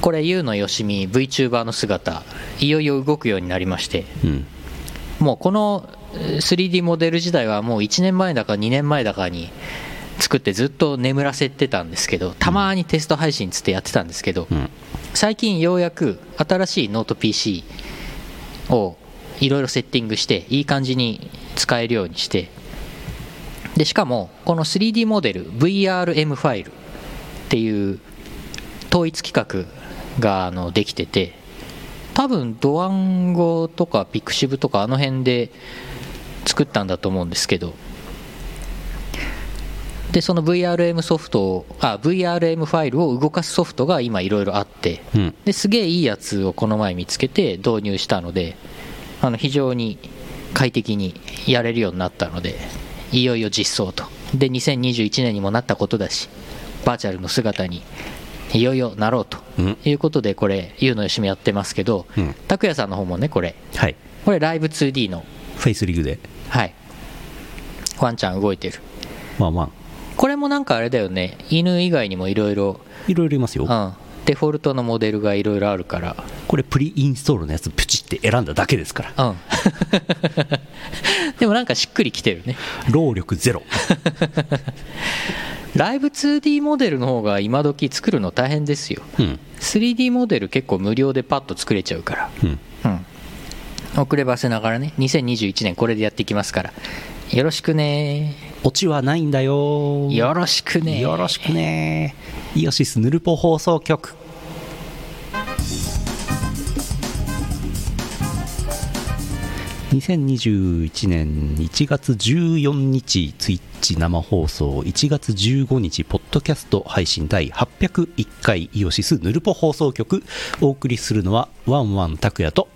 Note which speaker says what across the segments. Speaker 1: これ、ゆうのよしみ、VTuber の姿、いよいよ動くようになりまして、
Speaker 2: うん
Speaker 1: もうこのえー 3D モデル自体はもう1年前だか2年前だかに作ってずっと眠らせてたんですけどたまにテスト配信つってやってたんですけど、
Speaker 2: うん
Speaker 1: 最近ようやく新しいノート PC をいろいろセッティングしていい感じに使えるようにしてでしかもこの 3D モデル VRM ファイルっていう統一規格があのできてて多分ドワンゴとかピクシブとかあの辺で作ったんだと思うんですけどでその VRM ソフトをあ VRM ファイルを動かすソフトが今いろいろあって
Speaker 2: うん
Speaker 1: ですげえいいやつをこの前見つけて導入したのであの非常に快適にやれるようになったのでいよいよ実装とで2021年にもなったことだしバーチャルの姿にいよいよなろうと
Speaker 2: うん
Speaker 1: いうことでこれ YOU のよしみやってますけど
Speaker 2: うん
Speaker 1: 拓哉さんの方もねこれ
Speaker 2: はい
Speaker 1: これライブ 2D の
Speaker 2: フェイスリグで
Speaker 1: はいワンちゃん動いてる
Speaker 2: まあまあ
Speaker 1: これもなんかあれだよね犬以外にもいろいろ
Speaker 2: いろいろいますよ
Speaker 1: うんデフォルトのモデルがいろいろあるから
Speaker 2: これプリインストールのやつプチって選んだだけですから
Speaker 1: うんでもなんか しっくりきてるね
Speaker 2: 労力ゼロ
Speaker 1: ライブ 2D モデルの方が今時作るの大変ですよ
Speaker 2: うん、
Speaker 1: 3D モデル結構無料でパッと作れちゃうか
Speaker 2: うん、
Speaker 1: らうん遅ればせながらね2021年これでやっていきますからよろしくね
Speaker 2: オチはないんだよ
Speaker 1: よろしくね
Speaker 2: よろしくねイオシスヌルポ放送局2021年1月14日ツイッチ生放送1月15日ポッドキャスト配信第801回イオシスヌルポ放送局お送りするのはワンワン拓也と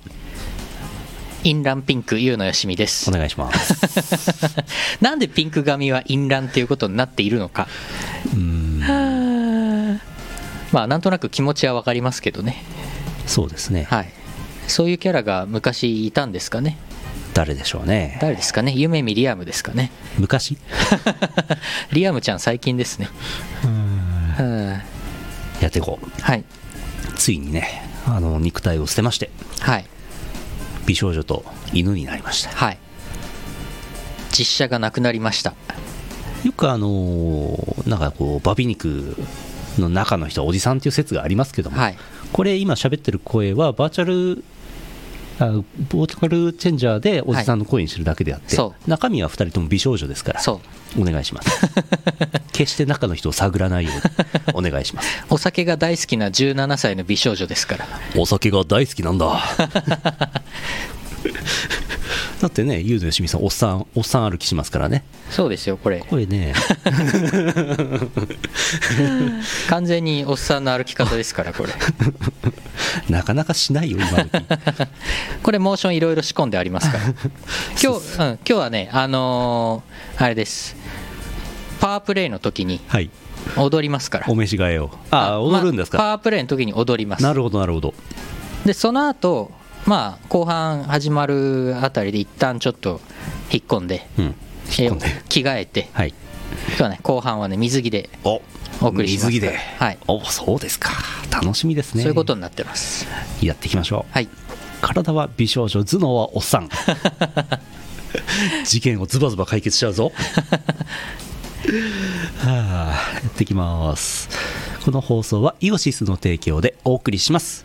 Speaker 1: インランピンクゆうのよしみで
Speaker 2: お
Speaker 1: す
Speaker 2: 願いします
Speaker 1: なんでピンク髪はインランっていうことになっているのかはあ まあなんとなく気持ちはわかりますけどね
Speaker 2: そうですね
Speaker 1: はいそういうキャラが昔いたんですかね
Speaker 2: 誰でしょうね
Speaker 1: 誰ですかね夢見リアムですかね
Speaker 2: 昔
Speaker 1: リアムちゃん最近ですねうん
Speaker 2: やっていこう
Speaker 1: はい
Speaker 2: ついにねあの肉体を捨てまして
Speaker 1: はい
Speaker 2: 美少女と犬になりました
Speaker 1: はい実写がなくなりました
Speaker 2: よくあのーなんかこうバビ肉の中の人はおじさんっていう説がありますけども、
Speaker 1: はい
Speaker 2: これ今喋ってる声はバーチャルあボーカルチェンジャーでおじさんの声にしてるだけであって、
Speaker 1: そ
Speaker 2: 中身は2人とも美少女ですから
Speaker 1: そう
Speaker 2: お願い します決して中の人を探らないようにお願いし ます
Speaker 1: お酒が大好きな17歳の美少女ですから
Speaker 2: お酒が大好き なんだだってねゆうのよしみさんおっさんおっさん歩きしますからね
Speaker 1: そうですよこれ
Speaker 2: これね
Speaker 1: 完全におっさんの歩き方ですからこれ
Speaker 2: なかなかしないよ今時
Speaker 1: これモーションいろいろ仕込んでありますから今日、うん、今日はねあのーあれですパワープレイの時に
Speaker 2: はい
Speaker 1: 踊りますから
Speaker 2: お召し替えをあ
Speaker 1: ま
Speaker 2: あ踊るんです
Speaker 1: パ
Speaker 2: か、
Speaker 1: ワープレイの時に踊ります
Speaker 2: なるほどなるほど
Speaker 1: でその後まあ後半始まるあたりで一旦ちょっと引っ込んで
Speaker 2: うん引っ込んで、
Speaker 1: えー着替えて
Speaker 2: はい
Speaker 1: 今日はね後半はね水着で
Speaker 2: お
Speaker 1: お送りします
Speaker 2: 水着で、
Speaker 1: はい
Speaker 2: おそうですか楽しみですね
Speaker 1: そういうことになってます、
Speaker 2: やっていきましょう
Speaker 1: はい
Speaker 2: 体は美少女頭脳はおっさ ん事件をズバズバ解決しちゃうぞはあやってきますこの放送はイオシスの提供でお送りします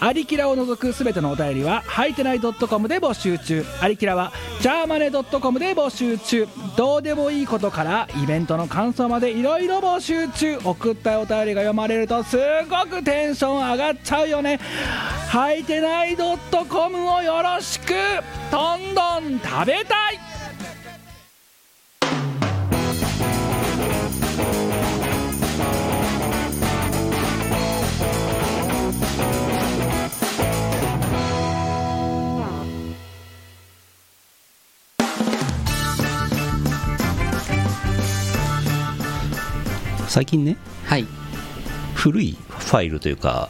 Speaker 3: アリキラを除くすべてのお便りははいてない .com で募集中アリキラはジャーマネ .com で募集中どうでもいいことからイベントの感想までいろいろ募集中送ったお便りが読まれるとすごくテンション上がっちゃうよねはいてない .com をよろしくどんどん食べたい
Speaker 4: 「
Speaker 2: 最近ね
Speaker 1: はい
Speaker 2: 古いファイルというか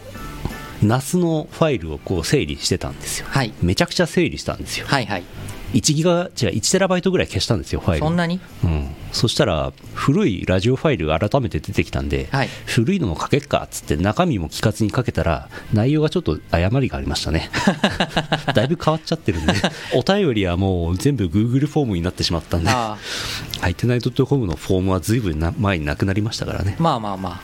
Speaker 2: NAS のファイルをこう整理してたんですよ
Speaker 1: はい
Speaker 2: めちゃくちゃ整理したんですよ
Speaker 1: はいはい
Speaker 2: 1ギガ違う1テラバイトぐらい消したんですよファイル
Speaker 1: そんなに
Speaker 2: うん、そしたら古いラジオファイルが改めて出てきたんで、
Speaker 1: はい
Speaker 2: 古いのも書けっかっつって中身も聞かずにかけたら内容がちょっと誤りがありまし たねだいぶ変わっちゃってるんでお便りはもう全部 Google フォームになってしまったんで
Speaker 1: あ
Speaker 2: はいてない .com のフォームは随分な前になくなりましたからね
Speaker 1: あまあまあま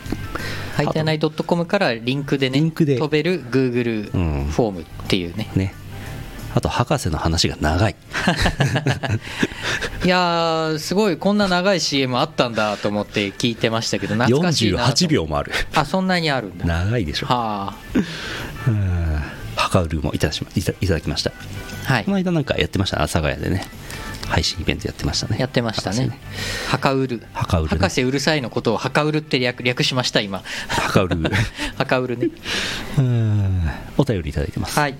Speaker 1: あはいてない .com からリンクでね
Speaker 2: リンクで
Speaker 1: 飛べる Google
Speaker 2: うん
Speaker 1: フォームっていうね、
Speaker 2: ねあと博士の話が長い
Speaker 1: いやーすごいこんな長い CM あったんだと思って聞いてましたけど懐かしいなと
Speaker 2: 48秒もある
Speaker 1: あそんなにあるんだは
Speaker 2: 長いでしょ
Speaker 1: あ
Speaker 2: はかうるもいただしまいたいただきました
Speaker 1: はい
Speaker 2: この間なんかやってましたね阿佐ヶ谷でね配信イベントやってましたね
Speaker 1: やってました
Speaker 2: 博士
Speaker 1: ねはかうる
Speaker 2: はかうるね
Speaker 1: 博士うるさいのことをはかうるって略略しました今
Speaker 2: はかうる
Speaker 1: はかうるね
Speaker 2: うんお便りいただいてます、
Speaker 1: はい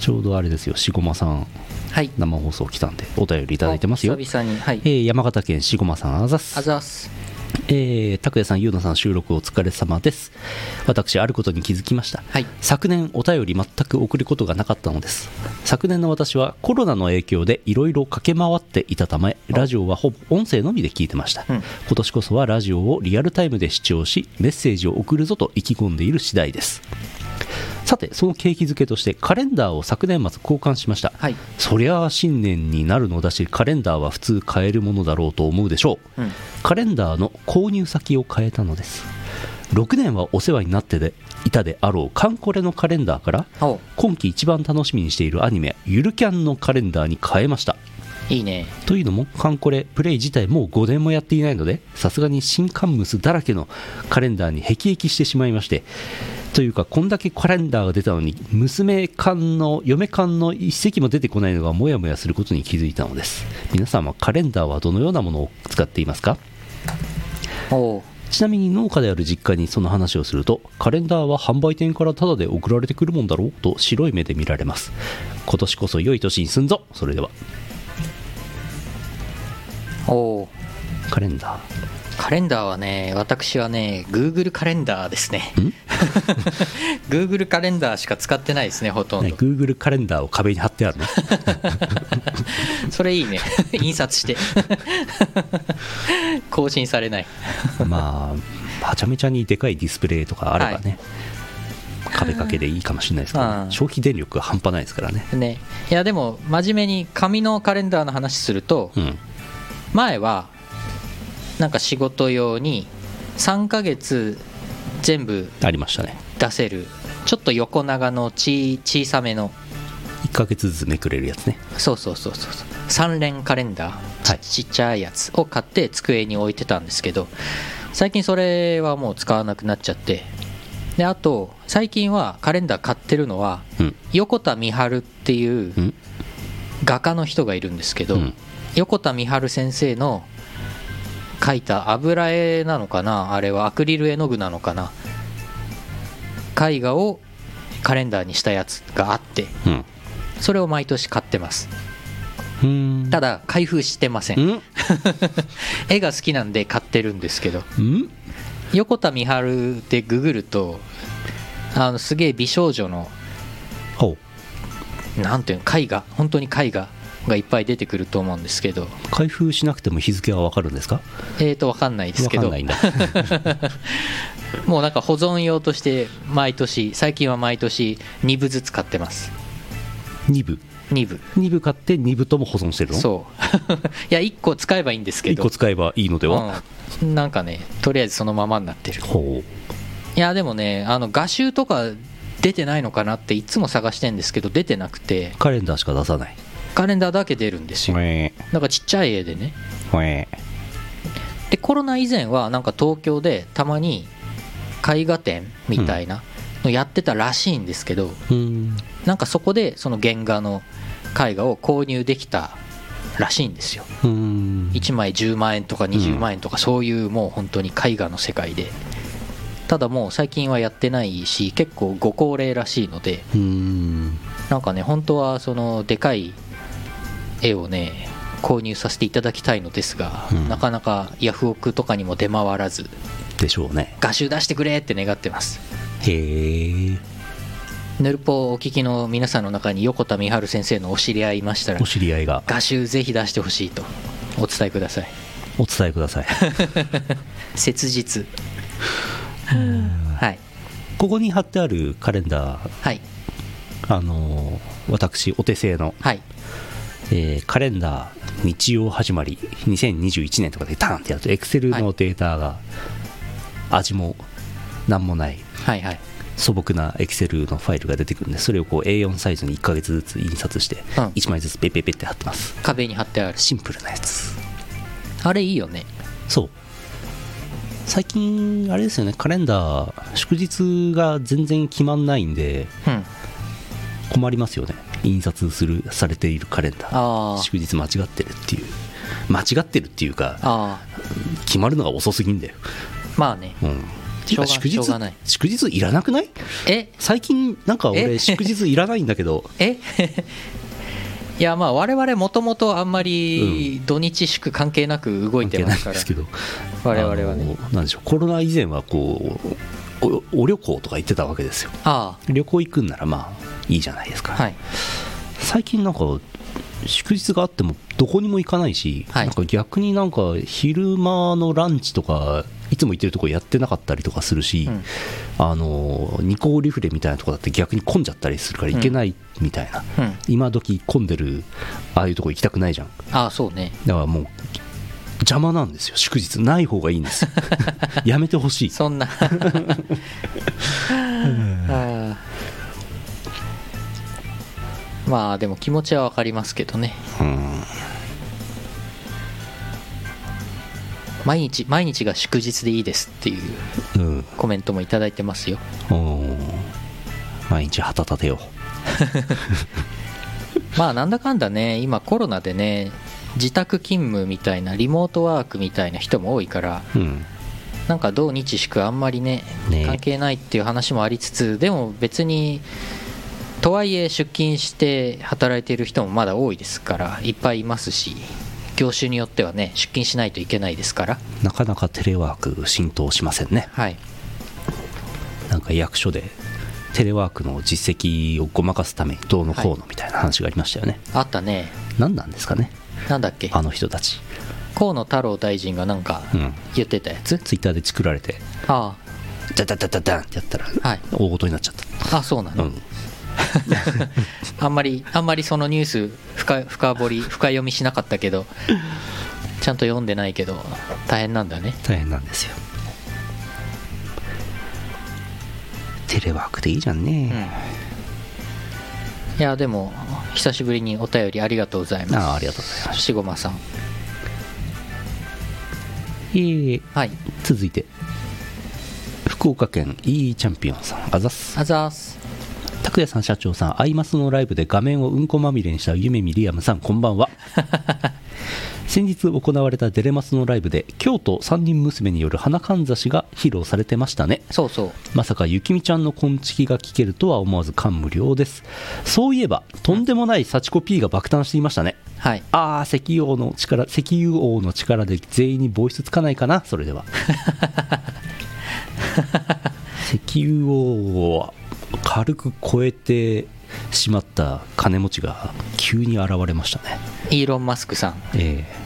Speaker 2: ちょうどあれですよしごまさん
Speaker 1: はい
Speaker 2: 生放送来たんでお便りいただいてますよ
Speaker 1: お久々にはい
Speaker 2: えー山形県しごまさんあざっす
Speaker 1: あざっす
Speaker 2: えー、拓也さん、ゆうなさん、収録お疲れ様です。私、あることに気づきました。
Speaker 1: はい
Speaker 2: 昨年、お便り全く送ることがなかったのです。昨年の私はコロナの影響でいろいろ駆け回っていたため、ラジオはほぼ音声のみで聞いてました。
Speaker 1: うん
Speaker 2: 今年こそはラジオをリアルタイムで視聴し、メッセージを送るぞと意気込んでいる次第です。さて、その景気づけとして、カレンダーを昨年末交換しました。
Speaker 1: はい
Speaker 2: そりゃあ新年になるのだしカレンダーは普通買えるものだろうと思うでしょう、
Speaker 1: うん
Speaker 2: カレンダーの購入先を変えたのです6年はお世話になってでいたであろうカンコレのカレンダーから
Speaker 1: お
Speaker 2: 今季一番楽しみにしているアニメ「ゆるキャン」のカレンダーに変えました
Speaker 1: いいね
Speaker 2: というのもカンコレプレイ自体もう5年もやっていないのでさすがに新カンムスだらけのカレンダーに辟易してしまいましてというかこんだけカレンダーが出たのに娘缶の嫁缶の一席も出てこないのがモヤモヤすることに気づいたのです皆さんはカレンダーはどのようなものを使っていますか
Speaker 1: お
Speaker 2: ちなみに農家である実家にその話をするとカレンダーは販売店からタダで送られてくるもんだろうと白い目で見られます今年こそ良い年にすんぞそれでは
Speaker 1: お
Speaker 2: カレンダー
Speaker 1: カレンダーはね私はね Google カレンダーですね
Speaker 2: ん
Speaker 1: Google カレンダーしか使ってないですねほとん
Speaker 2: ね
Speaker 1: ど
Speaker 2: Google カレンダーを壁に貼ってあ るの
Speaker 1: それいいね印刷して更新されない
Speaker 2: まあはちゃめちゃにでかいディスプレイとかあればね、壁掛けでいいかもしれないですけど、
Speaker 1: う
Speaker 2: ね、
Speaker 1: ん
Speaker 2: 消費電力が半端ないですからね
Speaker 1: ねいやでも真面目に紙のカレンダーの話すると
Speaker 2: うん
Speaker 1: 前はなんか仕事用に3ヶ月全部
Speaker 2: ありましたね
Speaker 1: 出せるちょっと横長のち小さめの
Speaker 2: 1ヶ月ずつめくれるやつね
Speaker 1: そうそうそうそうそう3連カレンダーち,、
Speaker 2: はい
Speaker 1: ちっちゃいやつを買って机に置いてたんですけど最近それはもう使わなくなっちゃってであと最近はカレンダー買ってるのは
Speaker 2: うん
Speaker 1: 横田美春っていう
Speaker 2: うん
Speaker 1: 画家の人がいるんですけど、
Speaker 2: うん
Speaker 1: 横田美春先生の描いた油絵なのかなあれはアクリル絵の具なのかな絵画をカレンダーにしたやつがあって
Speaker 2: うん
Speaker 1: それを毎年買ってます
Speaker 2: うん
Speaker 1: ただ開封してませ
Speaker 2: うんん
Speaker 1: 絵が好きなんで買ってるんですけど
Speaker 2: うん
Speaker 1: 横田美春でググるとあのすげえ美少女の
Speaker 2: ほう
Speaker 1: なんていうの絵画本当に絵画がいっぱい出てくると思うんですけど
Speaker 2: 開封しなくても日付はわかるんですか
Speaker 1: えーとわかんないです
Speaker 2: わ
Speaker 1: け
Speaker 2: かん
Speaker 1: ど
Speaker 2: ないんだ
Speaker 1: もうなんか保存用として毎年最近は毎年2部ずつ買ってます
Speaker 2: 2部
Speaker 1: 2部
Speaker 2: 2部買って2部とも保存してるの
Speaker 1: そう いや1個使えばいいんですけ
Speaker 2: 1
Speaker 1: ど
Speaker 2: 個使えばいいのでは、
Speaker 1: うんなんかねとりあえずそのままになってる
Speaker 2: ほ
Speaker 1: いやでもねあの画集とか出てないのかなっていつも探してんですけど出てなくて
Speaker 2: うカレンダーしか出さない
Speaker 1: カレンダーだけ出るんですよ
Speaker 2: え
Speaker 1: なんかちっちゃい絵でね
Speaker 2: ほえ
Speaker 1: でコロナ以前はなんか東京でたまに絵画展みたいなのやってたらしいんですけど、
Speaker 2: うん
Speaker 1: なんかそこでその原画の絵画を購入できたらしいんですよ
Speaker 2: うん
Speaker 1: 1枚10万円とか20万円とかそういうもう本当に絵画の世界でただもう最近はやってないし結構ご高齢らしいので
Speaker 2: うん
Speaker 1: なんかね本当はそのでかい絵をね購入させていただきたいのですが、
Speaker 2: うん
Speaker 1: なかなかヤフオクとかにも出回らず
Speaker 2: でしょうね
Speaker 1: 画集出してくれって願ってます
Speaker 2: へえ
Speaker 1: ヌルポをお聞きの皆さんの中に横田美春先生のお知り合いいましたら
Speaker 2: お知り合いが
Speaker 1: 画集ぜひ出してほしいとお伝えくだ さい
Speaker 2: お伝えください
Speaker 1: 切実はい
Speaker 2: ここに貼ってあるカレンダー
Speaker 1: はい
Speaker 2: あのー私お手製の、
Speaker 1: はい
Speaker 2: えーカレンダー日曜始まり2021年とかでタンってやるとエクセルのデータが味も何もない
Speaker 1: はいはい
Speaker 2: 素朴なエクセルのファイルが出てくるんでそれをこう A4 サイズに1ヶ月ずつ印刷して
Speaker 1: うん
Speaker 2: 1枚ずつペペペって貼ってます
Speaker 1: 壁に貼ってある
Speaker 2: シンプルなやつ
Speaker 1: あれいいよね
Speaker 2: そう最近あれですよねカレンダー祝日が全然決まんないんで
Speaker 1: うん
Speaker 2: 困りますよね印刷するされているカレンダー
Speaker 1: あー
Speaker 2: 祝日間違ってるっていう間違ってるっていうか
Speaker 1: あ
Speaker 2: 決まるのが遅すぎんだよ、
Speaker 1: ーまあね
Speaker 2: うん、てか
Speaker 1: しょうがし
Speaker 2: 祝日
Speaker 1: ょうがない
Speaker 2: 祝日いらなくない
Speaker 1: え
Speaker 2: 最近なんか俺
Speaker 1: え
Speaker 2: 祝日いらないんだ けど
Speaker 1: えいやまあ我々もともとあんまり土日祝関係なく動い
Speaker 2: 関
Speaker 1: て
Speaker 2: 係
Speaker 1: ま
Speaker 2: ないん
Speaker 1: すか
Speaker 2: で
Speaker 1: ら、
Speaker 2: すけど
Speaker 1: 我々はね
Speaker 2: あのなんでしょうコロナ以前はこうおお旅行とか行ってたわけですよ
Speaker 1: あ
Speaker 2: 旅行行くんならまあいいじゃないですか、
Speaker 1: あはい
Speaker 2: 最近なんか祝日があってもどこにも行かないし、
Speaker 1: はい
Speaker 2: なんか逆になんか昼間のランチとかいつも行ってるとこやってなかったりとかするし、
Speaker 1: うん
Speaker 2: あのニコーリフレみたいなとこだって逆に混んじゃったりするから行けないみたいな、
Speaker 1: うん
Speaker 2: 今時混んでるああいうとこ行きたくないじゃん
Speaker 1: ああそうね
Speaker 2: だからもう邪魔なんですよ祝日ない方がいいんで すよやめてほしい
Speaker 1: そんなあーまあでも気持ちはわかりますけどね
Speaker 2: うん
Speaker 1: 毎日毎日が祝日でいいですっていう
Speaker 2: うん
Speaker 1: コメントもいただいてますよ
Speaker 2: うん毎日旗立てよ
Speaker 1: まあなんだかんだね今コロナでね自宅勤務みたいなリモートワークみたいな人も多いから
Speaker 2: う、うん、
Speaker 1: なんか土日祝あんまりね
Speaker 2: ね
Speaker 1: 関係ないっていう話もありつつでも別にとはいえ出勤して働いている人もまだ多いですからいっぱいいますし業種によってはね出勤しないといけないですから
Speaker 2: なかなかテレワーク浸透しませんね
Speaker 1: はい
Speaker 2: なんか役所でテレワークの実績をごまかすためにどうのこうのみたいな話がありましたよね、
Speaker 1: あったね
Speaker 2: 何なんですかね
Speaker 1: なんだっけ
Speaker 2: あの人たち
Speaker 1: 河野太郎大臣がなんか
Speaker 2: うん
Speaker 1: 言ってたやつ、
Speaker 2: ツイッターで作られて
Speaker 1: あ
Speaker 2: ダダダダダンってやったら
Speaker 1: はい
Speaker 2: 大事になっちゃっ
Speaker 1: ああそうな
Speaker 2: た、
Speaker 1: の、
Speaker 2: うん
Speaker 1: あんまりあんまりそのニュース深深掘り深読みしなかったけどちゃんと読んでないけど大変なんだね
Speaker 2: 大変なんですよテレワークでいいじゃんね、
Speaker 1: いやでも久しぶりにお便りありがとうござい
Speaker 2: あ
Speaker 1: ま
Speaker 2: あありがとうございます
Speaker 1: しごまさん
Speaker 2: すいえいえ
Speaker 1: はい
Speaker 2: 続いて福岡県 EE チャンピオンさんあざっす
Speaker 1: あざーす
Speaker 2: 拓也さん社長さんアイマスのライブで画面をうんこまみれにした夢見リアムさんこんばんは先日行われたデレマスのライブで京都三人娘による花かんざしが披露されてましたね
Speaker 1: そうそう
Speaker 2: まさかゆきみちゃんの昆虫が聞けるとは思わず感無量ですそういえばとんでもない幸子 P が爆誕していましたね
Speaker 1: はい
Speaker 2: ああ石油王の力石油王の力で全員にボイスつかないかなそれでは石油王を軽く超えてしまった金持ちが急に現れましたね
Speaker 1: イーロン・マスクさん
Speaker 2: ええ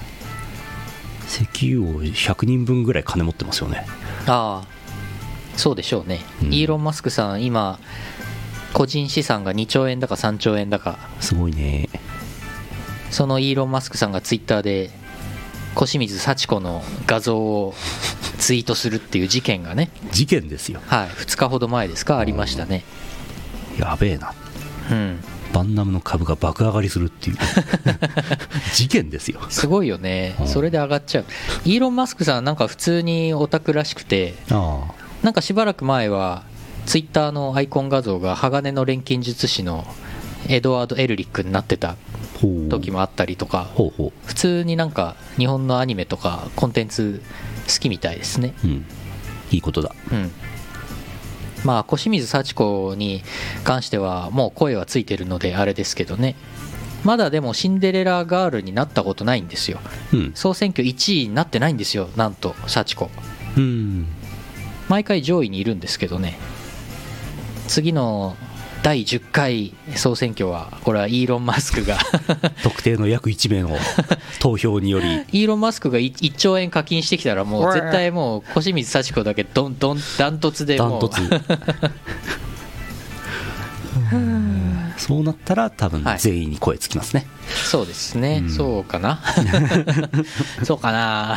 Speaker 2: 石油王100人分ぐらい金持ってますよね
Speaker 1: ああそうでしょうね、
Speaker 2: うん
Speaker 1: イーロン・マスクさん今個人資産が2兆円だか3兆円だか
Speaker 2: すごいね
Speaker 1: そのイーロン・マスクさんがツイッターで小清水幸子の画像をツイートするっていう事件がね、
Speaker 2: 事件ですよ
Speaker 1: はい、2日ほど前ですかありましたね
Speaker 2: やべえな
Speaker 1: うん
Speaker 2: バンナムの株が爆上がりするっていう事件ですよ
Speaker 1: すごいよね
Speaker 2: うん
Speaker 1: それで上がっちゃうイーロン・マスクさんなんか普通にオタクらしくて
Speaker 2: ああ
Speaker 1: なんかしばらく前はツイッターのアイコン画像が鋼の錬金術師のエドワード・エルリックになってた
Speaker 2: ほう
Speaker 1: 時もあったりとか
Speaker 2: ほうほ
Speaker 1: 普通になんか日本のアニメとかコンテンツ好きみたいですね
Speaker 2: ううんいいことだ
Speaker 1: うんまあ小清水幸子に関してはもう声はついてるのであれですけどねまだでもシンデレラガールになったことないんですよ
Speaker 2: うん
Speaker 1: 総選挙1位になってないんですよなんと幸子
Speaker 2: うん
Speaker 1: 毎回上位にいるんですけどね次の第10回総選挙はこれはイーロン・マスクが
Speaker 2: 特定の約1名の投票により
Speaker 1: イーロン・マスクが1兆円課金してきたらもう絶対もう小清水幸子だけどんどんダントツで
Speaker 2: ダ
Speaker 1: も
Speaker 2: ン
Speaker 1: う
Speaker 2: トツうんそうなったら多分
Speaker 1: はい
Speaker 2: 全員に声つきますね、
Speaker 1: そうですね、
Speaker 2: うん
Speaker 1: そうか なそうかな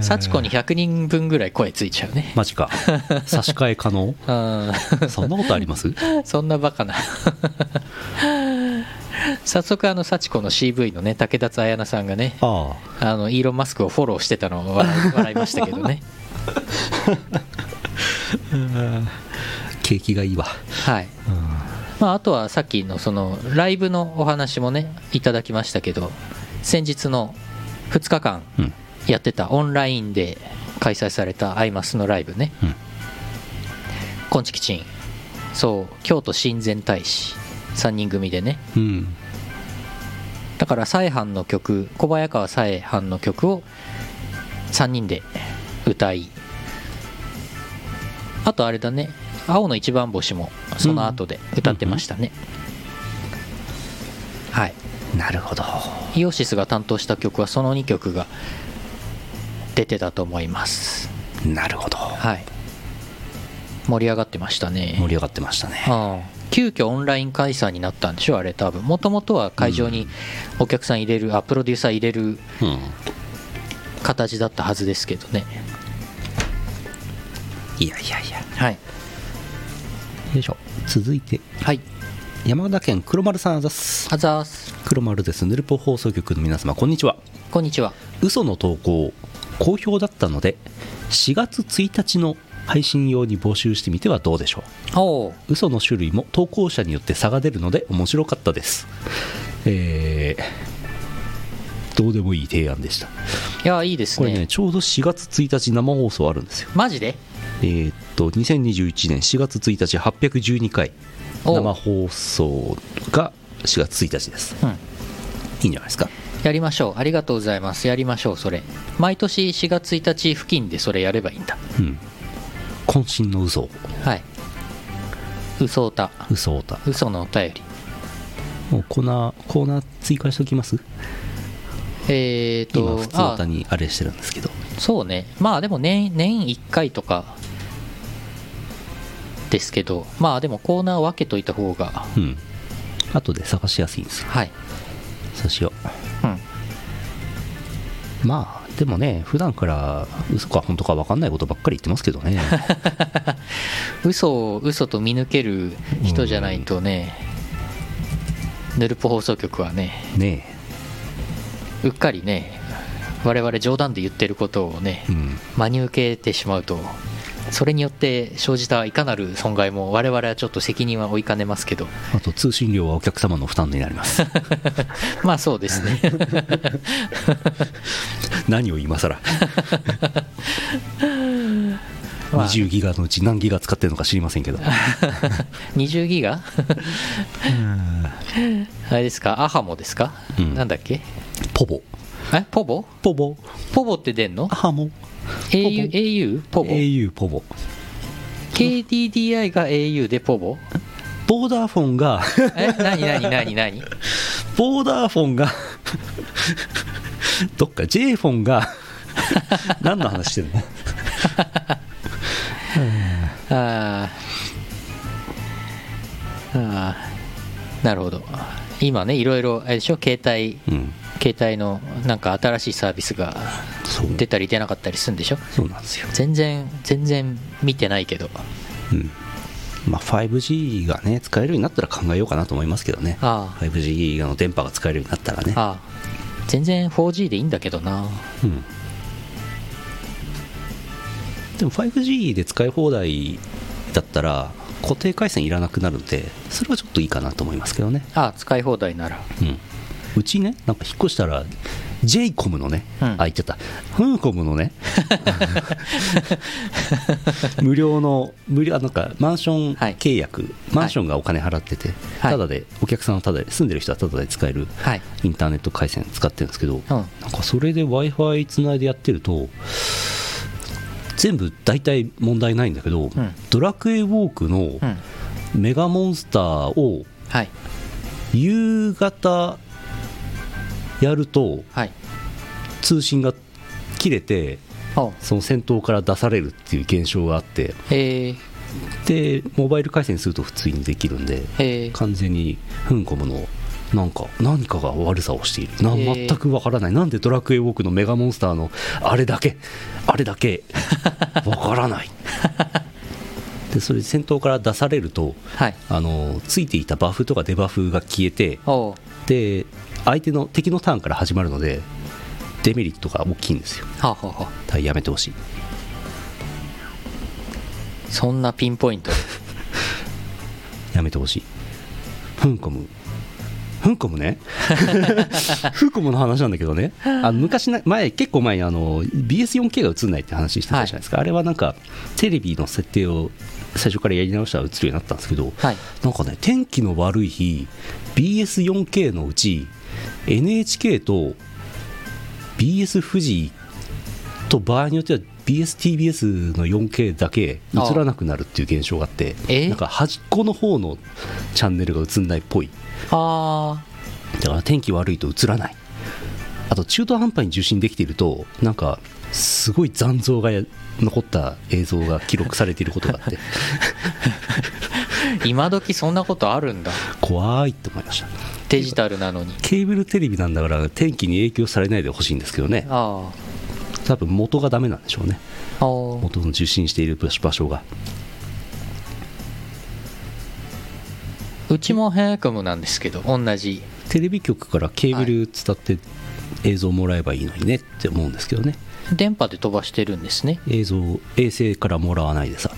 Speaker 1: 幸子に100人分ぐらい声ついちゃうね
Speaker 2: マジか差し替え可能
Speaker 1: うん
Speaker 2: そんなことあります
Speaker 1: そんなバカな早速あの幸子の CV のね竹田彩奈さんがね
Speaker 2: ああ
Speaker 1: あのイーロン・マスクをフォローしてたのを笑 い笑いましたけどね
Speaker 2: 景気がいいわ
Speaker 1: はい、まあ、あとはさっきのそのライブのお話もねいただきましたけど先日の2日間
Speaker 2: うんうん
Speaker 1: やってたオンラインで開催されたアイマスのライブね
Speaker 2: うん
Speaker 1: 「コンチキチン」そう京都親善大使3人組でね
Speaker 2: うん
Speaker 1: だからサエハンの曲小早川サエハンの曲を3人で歌いあとあれだね「青の一番星」もその後で歌ってましたね、はい
Speaker 2: なるほど
Speaker 1: イオシスが担当した曲はその2曲が出てたと思います
Speaker 2: なるほど
Speaker 1: はい盛り上がってましたね
Speaker 2: 盛り上がってましたね
Speaker 1: ああ急遽オンライン開催になったんでしょあれ多分もともとは会場にお客さん入れる、あプロデューサー入れる
Speaker 2: うん
Speaker 1: 形だったはずですけどね
Speaker 2: いやいやいや
Speaker 1: はい
Speaker 2: よいしょ続いて
Speaker 1: はい
Speaker 2: 山形県黒丸さんあざっす
Speaker 1: あざーす
Speaker 2: 黒丸ですヌルポ放送局の皆様こんにちは
Speaker 1: こんにちは
Speaker 2: 嘘の投稿好評だったので4月1日の配信用に募集してみてはどうでしょ
Speaker 1: おお
Speaker 2: う嘘の種類も投稿者によって差が出るので面白かったですえーどうでもいい提案でした
Speaker 1: いやいいです
Speaker 2: こ
Speaker 1: ね
Speaker 2: れねちょうど4月1日生放送あるんですよ
Speaker 1: マジで
Speaker 2: えーっと2021年4月1日812回
Speaker 1: おう
Speaker 2: 生放送が4月1日です
Speaker 1: うん
Speaker 2: いいんじゃないですか
Speaker 1: やりましょうありがとうございますやりましょうそれ毎年4月1日付近でそれやればいいんだ
Speaker 2: うん渾身の嘘を
Speaker 1: はい嘘歌
Speaker 2: 嘘を歌
Speaker 1: 嘘のお便り
Speaker 2: もうコーナーコーナー追加しておきます
Speaker 1: えー
Speaker 2: 今
Speaker 1: と
Speaker 2: 普通歌にあれしてるんですけど
Speaker 1: そうねまあでも年年1回とかですけどまあでもコーナーを分けといた方が
Speaker 2: うん後で探しやすいんですよ
Speaker 1: はい、
Speaker 2: そうしよ
Speaker 1: うん、
Speaker 2: うまあでもね普段から嘘か本当か分かんないことばっかり言ってますけどね
Speaker 1: 嘘を嘘と見抜ける人じゃないとねヌルポ放送局はね
Speaker 2: ね
Speaker 1: うっかりね我々冗談で言ってることをね
Speaker 2: えうん
Speaker 1: 真に受けてしまうとそれによって生じたいかなる損害も我々はちょっと責任は負いかねます けど
Speaker 2: あと通信料はお客様の負担にな ります
Speaker 1: まあそうですね
Speaker 2: 何を今更
Speaker 1: まあ
Speaker 2: 20ギガのうち何ギガ使ってるのか知りませんけど
Speaker 1: 20ギガあれですかアハモですか、
Speaker 2: うん
Speaker 1: なんだっけ
Speaker 2: ポボ
Speaker 1: えポボ
Speaker 2: ポボ
Speaker 1: ポボって出んの
Speaker 2: ハモ
Speaker 1: au, ?au? ポボ
Speaker 2: au ポボ
Speaker 1: ?KDDI が au でポボ
Speaker 2: ボーダーフォンが
Speaker 1: え何何何何
Speaker 2: ボーダーフォンがどっか J フォンが何の話してるの
Speaker 1: あーあーなるほど今ねいろいろあれでしょ携帯
Speaker 2: うん
Speaker 1: 携帯のなんか新しいサービスが
Speaker 2: そう
Speaker 1: 出たり出なかったりするんでしょ
Speaker 2: そうなんですよ、
Speaker 1: 全然全然見てないけど
Speaker 2: うんまあ、5G がね使えるようになったら考えようかなと思いますけどね
Speaker 1: あ
Speaker 2: 5G の電波が使えるようになったらね
Speaker 1: あああ全然 4G でいいんだけどな
Speaker 2: うんでも 5G で使い放題だったら固定回線いらなくなるのでそれはちょっといいかなと思いますけどね
Speaker 1: ああ使い放題なら
Speaker 2: うんうちねなんか引っ越したら JCOM のね、
Speaker 1: うん
Speaker 2: あ言っちゃったフーコム のね無料の無料あなんかマンション
Speaker 1: はい
Speaker 2: 契約、マンションがお金払ってて、
Speaker 1: はい
Speaker 2: ただでお客さんはただで住んでる人はただで使える
Speaker 1: はい
Speaker 2: インターネット回線使ってるんですけど、
Speaker 1: うん
Speaker 2: なんかそれで w i f i つないでやってると全部大体問題ないんだけど、
Speaker 1: ん
Speaker 2: ドラクエウォークの
Speaker 1: うん
Speaker 2: メガモンスターを
Speaker 1: はい
Speaker 2: 夕方やると
Speaker 1: はい
Speaker 2: 通信が切れて
Speaker 1: おう
Speaker 2: その戦闘から出されるっていう現象があって
Speaker 1: えー、
Speaker 2: でモバイル回線すると普通にできるんで
Speaker 1: えー、
Speaker 2: 完全にフンコムのなんか何かが悪さをしているな
Speaker 1: へー
Speaker 2: 全くわからないなんで「ドラクエウォーク」のメガモンスターのあれだけあれ だけわからないでそれで戦闘から出されると
Speaker 1: はい
Speaker 2: あのついていたバフとかデバフが消えて
Speaker 1: おう
Speaker 2: で相手の敵のターンから始まるのでデメリットが大きいんですよ
Speaker 1: はあ、はあは
Speaker 2: だからやめてほしい
Speaker 1: あ、そんなピンポイントで
Speaker 2: やめてほしいフンコムフンコムねフンコムの話なんだけどねあの昔な前結構前にあの BS4K が映んないって話してたじゃないですか、あれはなんかテレビの設定を最初からやり直したら映るようになったんですけど、
Speaker 1: はい
Speaker 2: なんかね天気の悪い日 BS4K のうち NHK と BS 富士と場合によっては BSTBS の 4K だけ映らなくなるっていう現象があって
Speaker 1: え
Speaker 2: なんか端っこの方のチャンネルが映んないっぽい
Speaker 1: あ
Speaker 2: だから天気悪いと映らないあと中途半端に受信できているとなんかすごい残像がや残った映像が記録されていることがあって
Speaker 1: あ 今時そんなことあるんだ
Speaker 2: 怖いと思いました
Speaker 1: デジタルなのに
Speaker 2: ケーブルテレビなんだから天気に影響されないでほしいんですけどね
Speaker 1: あ
Speaker 2: 多分元がダメなんでしょうね
Speaker 1: あおう
Speaker 2: 元の受信している場所が
Speaker 1: うちもヘアクムなんですけど同じ
Speaker 2: テレビ局からケーブル伝って映像もらえばいいのにねって思うんですけどね
Speaker 1: 電波で飛ばしてるんですね
Speaker 2: 映像衛星からもらわないでさ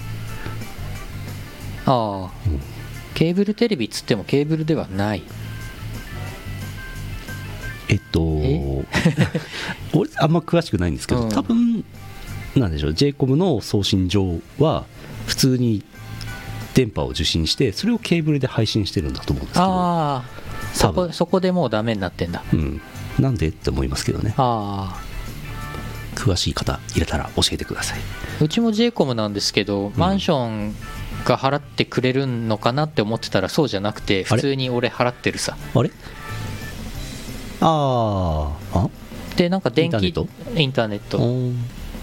Speaker 1: ああ、
Speaker 2: ん
Speaker 1: ケーブルテレビっつってもケーブルではない
Speaker 2: えっと
Speaker 1: え
Speaker 2: 俺あんま詳しくないんですけど、
Speaker 1: うん
Speaker 2: 多分なんでしょう JCOM の送信上は普通に電波を受信してそれをケーブルで配信してるんだと思うんですけど
Speaker 1: ああ
Speaker 2: 多
Speaker 1: そ
Speaker 2: 分
Speaker 1: こそこでもうダメになってんだ
Speaker 2: うんなんでって思いますけどね
Speaker 1: あ
Speaker 2: 詳しい方いれたら教えてください
Speaker 1: あうちも JCOM なんですけど、マンションが払ってくれるのかなって思ってたらそうじゃなくて
Speaker 2: あれ
Speaker 1: 普通に俺払ってるさ
Speaker 2: あれあーあ
Speaker 1: でなんか電気
Speaker 2: インターネ
Speaker 1: インターネット
Speaker 2: おー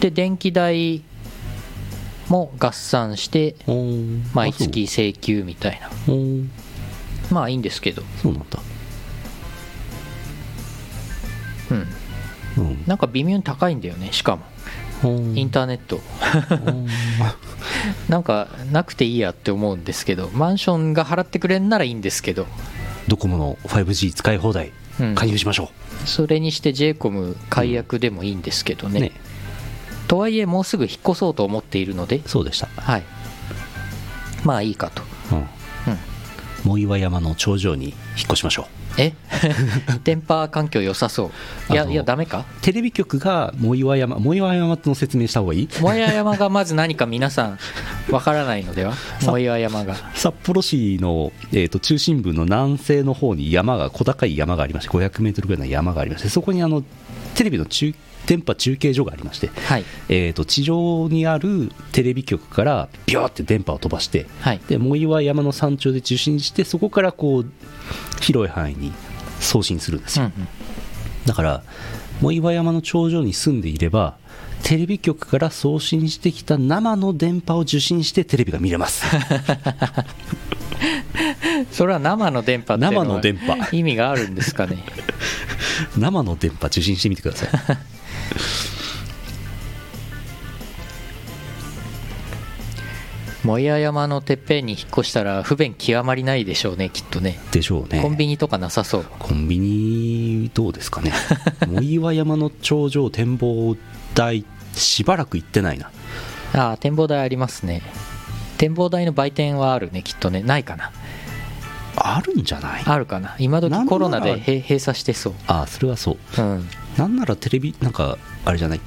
Speaker 1: で電気代も合算して
Speaker 2: おー
Speaker 1: 毎
Speaker 2: あ
Speaker 1: 月請求みたいな
Speaker 2: そうおー
Speaker 1: まあいいんですけど
Speaker 2: そうなんだ
Speaker 1: うん
Speaker 2: うん
Speaker 1: なんか微妙に高いんだよねしかも
Speaker 2: おー
Speaker 1: インターネット
Speaker 2: おー
Speaker 1: なんかなくていいやって思うんですけどマンションが払ってくれんならいいんですけど
Speaker 2: ドコモの 5G 使い放題
Speaker 1: うん
Speaker 2: 加入しましょ
Speaker 1: それにして JCOM 解約でもいいんですけど
Speaker 2: う、
Speaker 1: ね,、
Speaker 2: ね
Speaker 1: とはいえもうすぐ引っ越そうと思っているので
Speaker 2: そうでした
Speaker 1: はいまあいいかと
Speaker 2: うん
Speaker 1: うん
Speaker 2: 藻岩山の頂上に引っ越しましょう
Speaker 1: え 電波環境良さそうい
Speaker 2: あ
Speaker 1: や
Speaker 2: の
Speaker 1: いやダメか
Speaker 2: テレビ局が藻岩山藻岩山の説明した方がいい
Speaker 1: 萌え山がまず何か皆さんわ からないのでは
Speaker 2: さ
Speaker 1: 萌え山が
Speaker 2: 札幌市の、えー、と中心部の南西の方に山が小高い山がありまして5 0 0ルぐらいの山がありましてそこにあのテレビの中電波中継所がありまして、
Speaker 1: はい
Speaker 2: えー、と地上にあるテレビ局からビョーって電波を飛ばして
Speaker 1: はい
Speaker 2: で藻岩山の山頂で受信してそこからこう広い範囲に送信するんです
Speaker 1: う
Speaker 2: よ、
Speaker 1: んうん
Speaker 2: だから藻岩山の頂上に住んでいればテレビ局から送信してきた生の電波を受信してテレビが見れます
Speaker 1: それは生の電波っていう
Speaker 2: 生
Speaker 1: の
Speaker 2: の
Speaker 1: は
Speaker 2: 電波
Speaker 1: 意味があるんですかね
Speaker 2: 生の電波受信してみてください
Speaker 1: もや山のてっぺんに引っ越したら不便極まりないでしょうねきっとね
Speaker 2: でしょうね
Speaker 1: コンビニとかなさそう
Speaker 2: コンビニどうですかね藻岩山の頂上展望台しばらく行ってないな
Speaker 1: ああ展望台ありますね展望台の売店はあるねきっとねないかな
Speaker 2: あるんじゃない
Speaker 1: あるかな今時
Speaker 2: なんなら
Speaker 1: コロナでへ閉鎖してそう
Speaker 2: あそれはそ
Speaker 1: う
Speaker 2: う
Speaker 1: ん
Speaker 2: なんならテレビなんかあれじゃない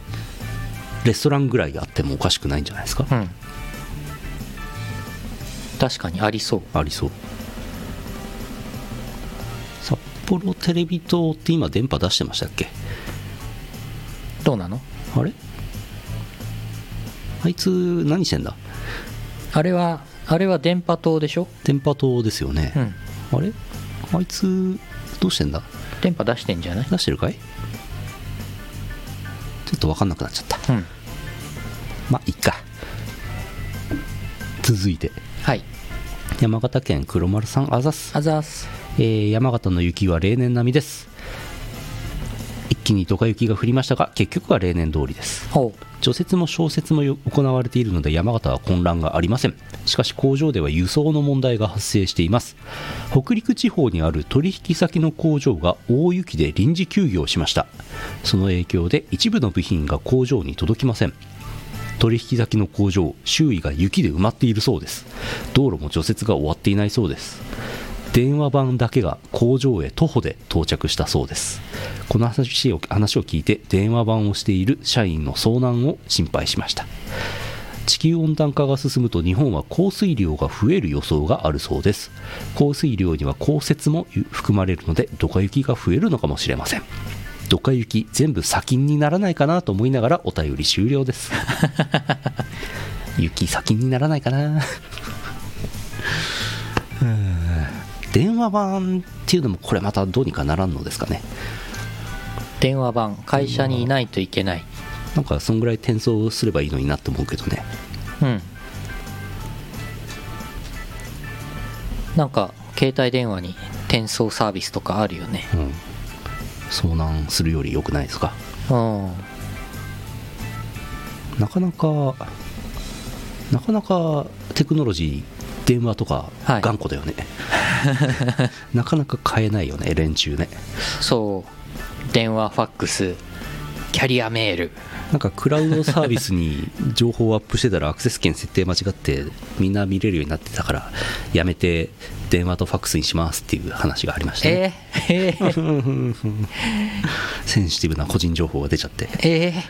Speaker 2: レストランぐらいあってもおかしくないんじゃないですか、
Speaker 1: うん確かにありそう
Speaker 2: ありそう札幌テレビ塔って今電波出してましたっけ
Speaker 1: どうなの
Speaker 2: あれあいつ何してんだ
Speaker 1: あれはあれは電波塔でしょ
Speaker 2: 電波塔ですよね
Speaker 1: う、ん
Speaker 2: あれあいつどうしてんだ
Speaker 1: 電波出してんじゃない
Speaker 2: 出してるかいちょっと分かんなくなっちゃった
Speaker 1: うん
Speaker 2: まあいいか続いて
Speaker 1: はい
Speaker 2: 山形県黒丸さんあざっす
Speaker 1: あざーす
Speaker 2: えー山形の雪は例年並みです一気にドカ雪が降りましたが結局は例年通りです
Speaker 1: ほ
Speaker 2: 除雪も消雪もよ行われているので山形は混乱がありませんしかし工場では輸送の問題が発生しています北陸地方にある取引先の工場が大雪で臨時休業しましたその影響で一部の部品が工場に届きません取引先の工場周囲が雪で埋まっているそうです道路も除雪が終わっていないそうです電話番だけが工場へ徒歩で到着したそうですこの話を話を聞いて電話番をしている社員の遭難を心配しました地球温暖化が進むと日本は降水量が増える予想があるそうです降水量には降雪も含まれるのでドカ雪が増えるのかもしれませんドカ雪全部砂金にならないかなと思いながらお便り終了です雪砂金にならないかな電話番っていうのもこれまたどうにかならんのですかね
Speaker 1: う電話番会社にいないといけない
Speaker 2: なんかそんぐらい転送すればいいのになって思うけどね
Speaker 1: うんなんか携帯電話に転送サービスとかあるよね
Speaker 2: うん遭難するより良くないですか
Speaker 1: うん
Speaker 2: なかなかなかなかテクノロジー電話とか
Speaker 1: はい
Speaker 2: 頑固だよね、 なかなか買えないよね連中ね
Speaker 1: そう電話ファックスキャリアメール
Speaker 2: なんかクラウドサービスに情報をアップしてたらアクセス権設定間違ってみんな見れるようになってたからやめて電話とファックスにしますっていう話がありましたね、
Speaker 1: えー、えー、
Speaker 2: センシティブな個人情報が出ちゃって
Speaker 1: えー、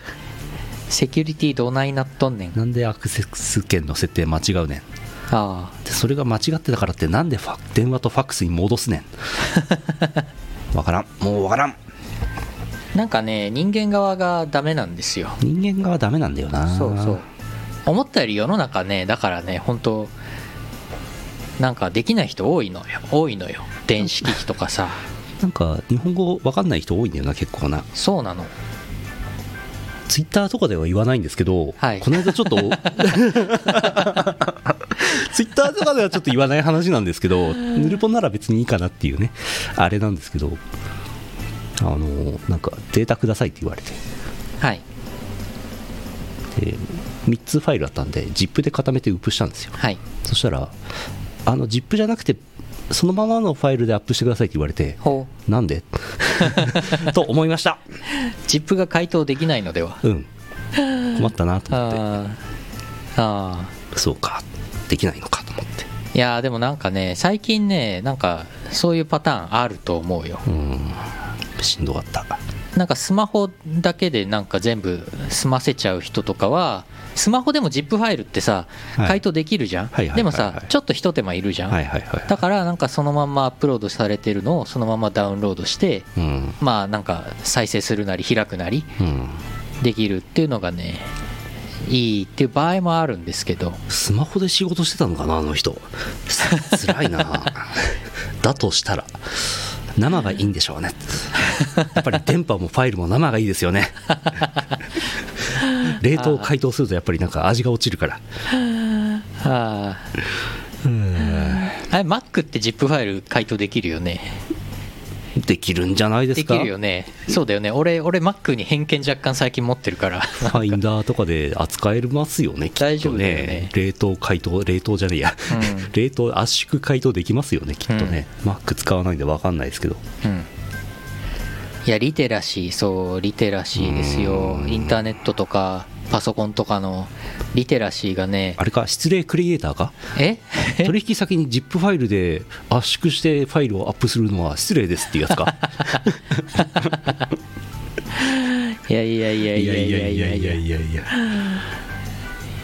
Speaker 1: セキュリティどないなっとんねん
Speaker 2: なんでアクセス権の設定間違うねん
Speaker 1: あ
Speaker 2: でそれが間違ってたからってなんでファ電話とファックスに戻すね んわからんもうわからん
Speaker 1: あなんかね人間側がダメなんですよ
Speaker 2: 人間側ダメなんだよな
Speaker 1: そうそう思ったより世の中ねだからね本当なんかできない人多いのよ多いのよ電子機器とか さ
Speaker 2: なんか日本語わかんない人多いんだよな結構な
Speaker 1: そうなの
Speaker 2: ツイッターとかでは言わないんですけど、
Speaker 1: はい
Speaker 2: この間 ちょっとツイッターとかではちょっと言わない話なんですけどヌルポなら別にいいかなっていうねあれなんですけどあのなんかデータくださいって言われて
Speaker 1: はい
Speaker 2: で3つファイルあったんで ZIP で固めてウップしたんですよ
Speaker 1: はい
Speaker 2: そしたらあの ZIP じゃなくてそのままのファイルでアップしてくださいって言われて
Speaker 1: ほ
Speaker 2: なん でと思いました
Speaker 1: う ZIP が回答できないのでは
Speaker 2: うん困ったなと思って
Speaker 1: あーあ
Speaker 2: そうかできないのかと思って
Speaker 1: ーいやーでもなんかね最近ねなんかそういうパターンあると思うよ
Speaker 2: うんしんどかった
Speaker 1: なんかスマホだけでなんか全部済ませちゃう人とかはスマホでも ZIP ファイルってさ
Speaker 2: はい
Speaker 1: 回答できるじゃん、
Speaker 2: はいはいはいはい
Speaker 1: でもさちょっとひと手間いるじゃん、
Speaker 2: はいはいはい
Speaker 1: だからなんかそのまんまアップロードされてるのをそのままダウンロードして
Speaker 2: うん
Speaker 1: まあなんか再生するなり開くなり
Speaker 2: うん
Speaker 1: できるっていうのがねいいっていう場合もあるんですけど
Speaker 2: スマホで仕事してたのかなあの人つ辛いなだとしたら生がいいんでしょうねやっぱり電波もファイルも生がいいですよね冷凍解凍するとやっぱりなんか味が落ちるから
Speaker 1: あああれ Mac って ZIP ファイル回答できるよね
Speaker 2: できるんじゃないで
Speaker 1: です
Speaker 2: か
Speaker 1: きるよねそうだよね俺俺 Mac に偏見若干最近持ってるから
Speaker 2: ファインダーとかで扱えますよね、きっとね。
Speaker 1: 大丈夫だよね
Speaker 2: 冷凍解凍、冷凍じゃねえや、
Speaker 1: う
Speaker 2: 冷凍圧縮解凍できますよね、きっとね。マック使わないんで分かんないですけど。
Speaker 1: うんいやリテラシーそうリテラシーですよインターネットとかパソコンとかのリテラシーがね
Speaker 2: あれか、失礼クリエイターか
Speaker 1: え
Speaker 2: 取引先に ZIP ファイルで圧縮 してファイルをアップするのは失礼ですっていうやつか
Speaker 1: いやいやいやいやいやいやいやい
Speaker 2: いやいや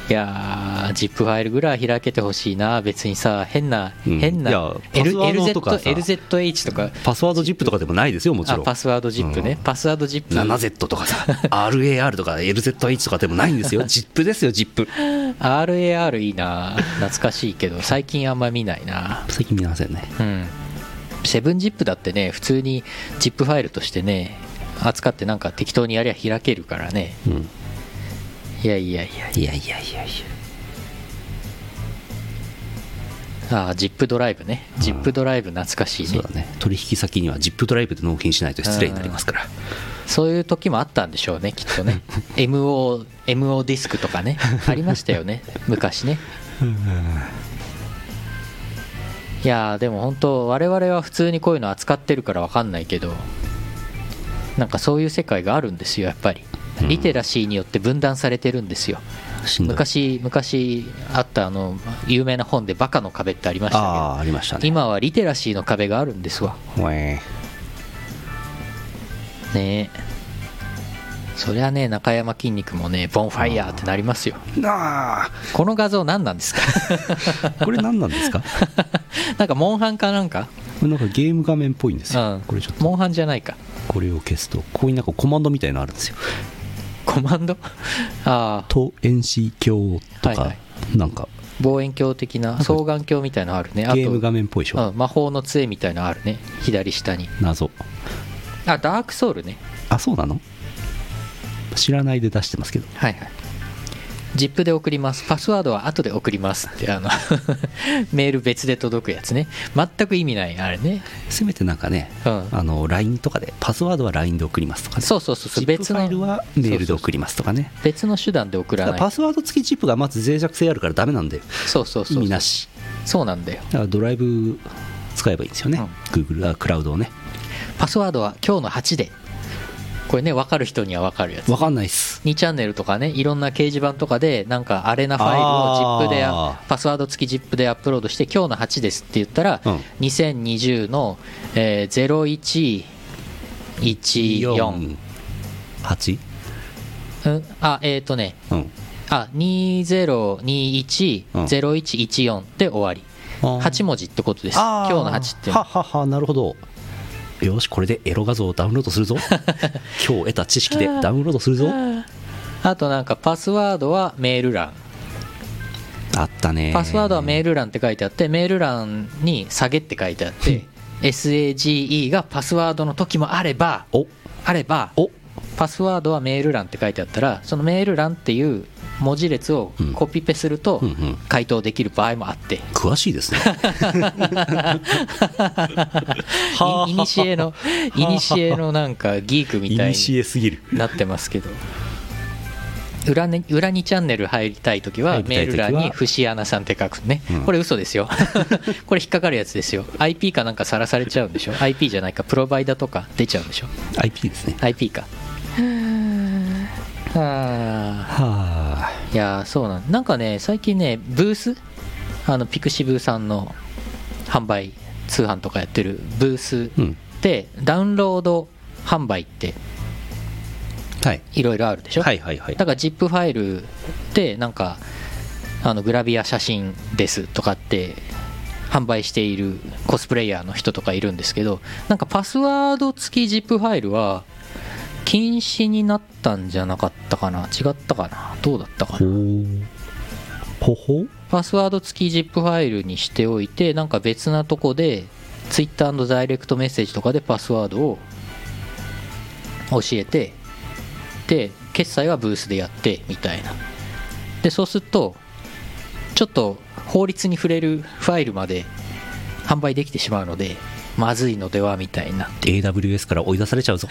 Speaker 1: やージップファイルぐらい開けてほしいな別にさ変な、
Speaker 2: うん
Speaker 1: 変ない
Speaker 2: や
Speaker 1: L-
Speaker 2: パスワードとかさ
Speaker 1: LZ LZH とか
Speaker 2: パスワードジップとかでもないですよもち
Speaker 1: あ
Speaker 2: ろん
Speaker 1: パスワードジップね、
Speaker 2: うん
Speaker 1: パスワードジップ
Speaker 2: 7Z とかさ RAR とか LZH とかでもないんですよジップですよジップ
Speaker 1: RAR いいな懐かしいけど最近あんま見ないな
Speaker 2: 最近見ませんね
Speaker 1: うんセブンジップだってね普通にジップファイルとしてね扱ってなんか適当にやりゃ開けるからね
Speaker 2: うん
Speaker 1: いやいやいや
Speaker 2: いやいやいやいや
Speaker 1: ああ ZIP ドライブね ZIP ドライブ懐かしいね
Speaker 2: そうだね取引先にはジップドライブで納品しないと失礼になりますから
Speaker 1: そういう時もあったんでしょうねきっと ね MO, MO ディスクとかねありましたよ ね昔ねいやーでも本当我々は普通にこういうの扱ってるから分かんないけどなんかそういう世界があるんですよやっぱり
Speaker 2: うん
Speaker 1: リテラシーによって分断されてるんですよ
Speaker 2: しんどい
Speaker 1: 昔昔あったあの有名な本で「バカの壁」ってありましたけど
Speaker 2: ああありましたね
Speaker 1: 今はリテラシーの壁があるんですわ
Speaker 2: ほえ
Speaker 1: ねえそりゃね中山筋肉もねボンファイヤーってなりますよ
Speaker 2: なあ
Speaker 1: この画像何なんですか
Speaker 2: これ何なんですか
Speaker 1: なんかモンハンかなんか
Speaker 2: これなんかゲーム画面っぽいんですよ、
Speaker 1: うん
Speaker 2: これちょっと
Speaker 1: モンハンじゃないか
Speaker 2: これを消すとここになんかコマンドみたいなのあるんですよ
Speaker 1: コマンドああ
Speaker 2: と遠視鏡とか、
Speaker 1: はいは
Speaker 2: なんか
Speaker 1: 望遠鏡的な双眼鏡みたいのあるねあと
Speaker 2: ゲーム画面っぽいでしょ、
Speaker 1: うん、魔法の杖みたいのあるね左下に
Speaker 2: 謎
Speaker 1: あダークソウルね
Speaker 2: あそうなの知らないで出してますけど
Speaker 1: はいはい ZIP で送りますパスワードは後で送りますってあの メール別で届くやつね全く意味ないあれね
Speaker 2: せめてなんかね、
Speaker 1: うん
Speaker 2: あの LINE とかでパスワードは LINE で送りますとかね
Speaker 1: そうそうそうそう
Speaker 2: ジップ
Speaker 1: 別
Speaker 2: フ
Speaker 1: の
Speaker 2: ァイルはメールで送りますとかね
Speaker 1: 別の手段で送
Speaker 2: だ
Speaker 1: ら
Speaker 2: から
Speaker 1: ない
Speaker 2: パスワード付きチップがまず脆弱性あるからダメなんで
Speaker 1: そうそうそう
Speaker 2: 意味なし
Speaker 1: そうなんだよ
Speaker 2: だからドライブ使えばいいんですよね、Google あクラウドをね
Speaker 1: パスワードは今日の8でこれね分かる人には分かるやつ
Speaker 2: わかんないっす
Speaker 1: 2チャンネルとかねいろんな掲示板とかでなんかアレなファイル
Speaker 2: あー
Speaker 1: を ZIP であパスワード付き ZIP でアップロードして今日の8ですって言ったら、
Speaker 2: うん
Speaker 1: 2020の、えー、0114
Speaker 2: 8?
Speaker 1: うんあえっ、とね
Speaker 2: うん
Speaker 1: あ
Speaker 2: うん
Speaker 1: 20210114で終わり
Speaker 2: あー
Speaker 1: 8文字ってことです
Speaker 2: あ
Speaker 1: 今
Speaker 2: ー
Speaker 1: 日の8っていうの
Speaker 2: はははなるほどよしこれでエロ画像をダウンロード するぞ今日得た知識でダウンロードするぞ
Speaker 1: あとなんかパスワードはメール欄
Speaker 2: あったね
Speaker 1: パスワードはメール欄って書いてあってメール欄に下げって書いてあって SAGE がパスワードの時もあれば
Speaker 2: お
Speaker 1: あれば
Speaker 2: お
Speaker 1: パスワードはメール欄って書いてあったらそのメール欄っていう文字列を
Speaker 2: うん
Speaker 1: コピペすると
Speaker 2: うんうん
Speaker 1: 回答できる場合もあ って
Speaker 2: 詳しいですね
Speaker 1: いいにしえのいにしえのなんかギークみたいに
Speaker 2: えすぎる
Speaker 1: なってますけど裏,、ね、裏にチャンネル入りたい時は
Speaker 2: 入りた
Speaker 1: メ
Speaker 2: い
Speaker 1: ー
Speaker 2: 時
Speaker 1: ル
Speaker 2: は
Speaker 1: 欄に「節穴さん」って書くね、
Speaker 2: うん
Speaker 1: これ嘘ですよ これ引っかかるやつですよ IP かなんかさらされちゃうんでしょ IP じゃないかプロバイダーとか出ちゃうんでしょ
Speaker 2: IP ですね
Speaker 1: IP かはあ
Speaker 2: はあ
Speaker 1: いやーそうなんなんかね最近ねブースあのピクシブさんの販売通販とかやってるブース
Speaker 2: うん
Speaker 1: で、ダウンロード販売って
Speaker 2: はい
Speaker 1: いろいろあるでしょ
Speaker 2: はいはいはい
Speaker 1: だから ZIP ファイルでなんかあのグラビア写真ですとかって販売しているコスプレイヤーの人とかいるんですけどなんかパスワード付き ZIP ファイルは禁止になったんじゃなかったかな違ったかなどうだったか
Speaker 2: ほ
Speaker 1: な
Speaker 2: うほほ
Speaker 1: パスワード付き ZIP ファイルにしておいてなんか別なとこで Twitter のダイレクトメッセージとかでパスワードを教えてで決済はブースでやってみたいなでそうするとちょっと法律に触れるファイルまで販売できてしまうのでまずいのではみたいな
Speaker 2: AWS から追い出さ れちゃうぞ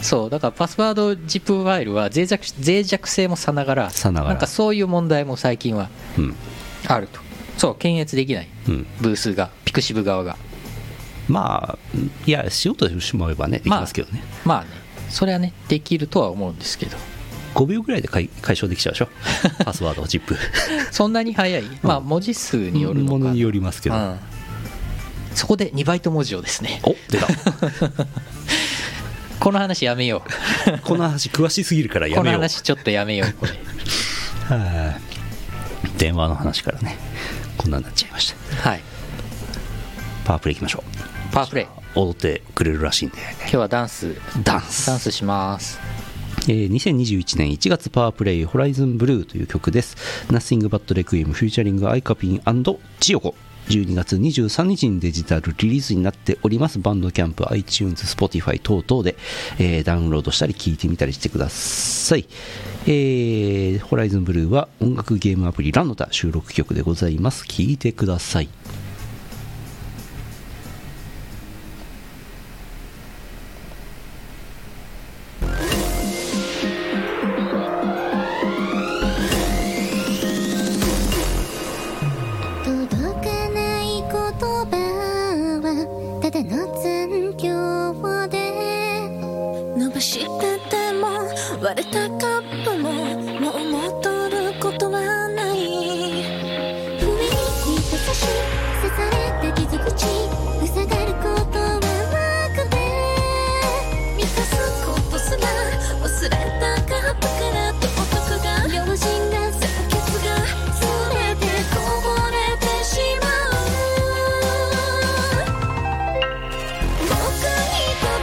Speaker 1: そうだからパスワード ZIP ファイルは脆弱脆弱性もさながら
Speaker 2: さながら
Speaker 1: んかそういう問題も最近は
Speaker 2: うん
Speaker 1: あるとそう検閲できない
Speaker 2: うん
Speaker 1: ブースがピクシブ側が
Speaker 2: まあいやしようとしてしまえばねできますけどね、
Speaker 1: まあねそれはねできるとは思うんですけど
Speaker 2: 5秒ぐらいで解解消できちゃうで しょパスワードをジップ
Speaker 1: そんなに早いまあ文字数によるのか
Speaker 2: も
Speaker 1: な
Speaker 2: のによりますけど、
Speaker 1: うんそこで2バイト文字をですね
Speaker 2: お出た
Speaker 1: この話やめよ
Speaker 2: この話詳しすぎるから
Speaker 1: う
Speaker 2: や
Speaker 1: この
Speaker 2: めよう
Speaker 1: 話ちょっとやめようこれ
Speaker 2: はい電話の話からねこんなんなっちゃいました
Speaker 1: はい
Speaker 2: パワープレイいきましょ
Speaker 1: パワープレイ
Speaker 2: う踊ってくれるらしいんで
Speaker 1: 今日はダンス
Speaker 2: ダンス
Speaker 1: ダンスします
Speaker 2: えー2021年1月パワープレイ「ホライズンブルーという曲です Nothing But Requiem フューチャリングアイカピンチヨコ12月23日にデジタルリリースになっておりますバンドキャンプ iTunes、Spotify 等々で、えーダウンロードしたり聞いてみたりしてください、えー、ホライズンブルーは音楽ゲームアプリランのタ収録曲でございます聞いてください
Speaker 4: 届かない言葉はただの残響で
Speaker 5: 伸ばしてても割れたカップももう戻ることはない
Speaker 4: 不意に優し刺された傷口塞がることはなくて
Speaker 5: 満たすことすら忘れたカップからってお得が
Speaker 4: 用心が
Speaker 5: 酸欠が全てこぼれてしまう僕にとっ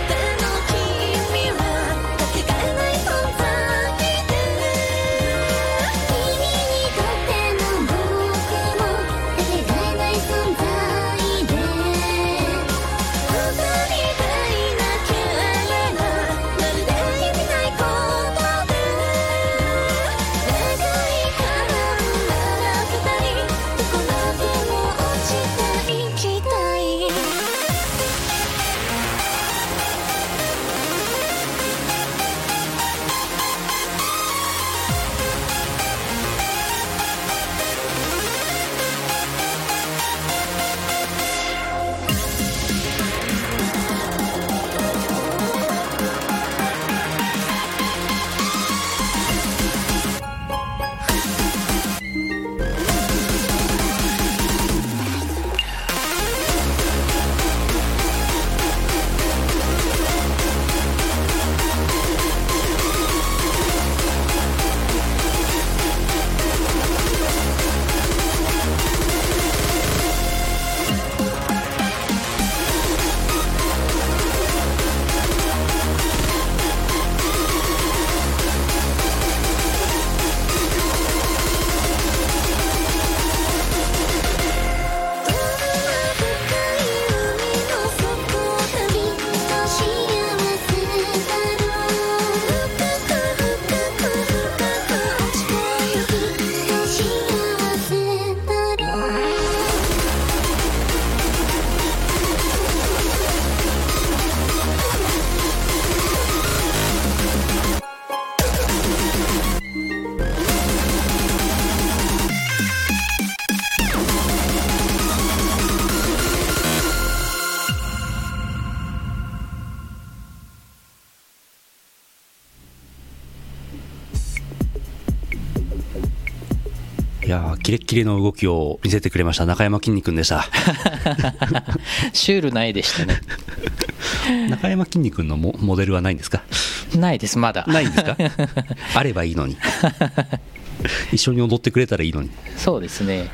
Speaker 5: ての君はかけがえない存在で
Speaker 4: 君にとっての僕もかけがえない存在で
Speaker 5: 「踊りたいなければまるで意味ないことで」「願いからなら二人どこまでも落ちていきたい」
Speaker 4: 「どんな深い海の底でみんな知らない」「幸せだろう」「深く深く深く落ちてゆく」「幸せだろう」
Speaker 2: いやーキレッキレの動きを見せてくれました中山きんに君でした
Speaker 1: シュールないでしたね
Speaker 2: 中山きんに君のモモデルはないんですか
Speaker 1: ないですまだ
Speaker 2: ないんですか あればいいのに一緒に踊ってくれたらいいのに
Speaker 1: そうですね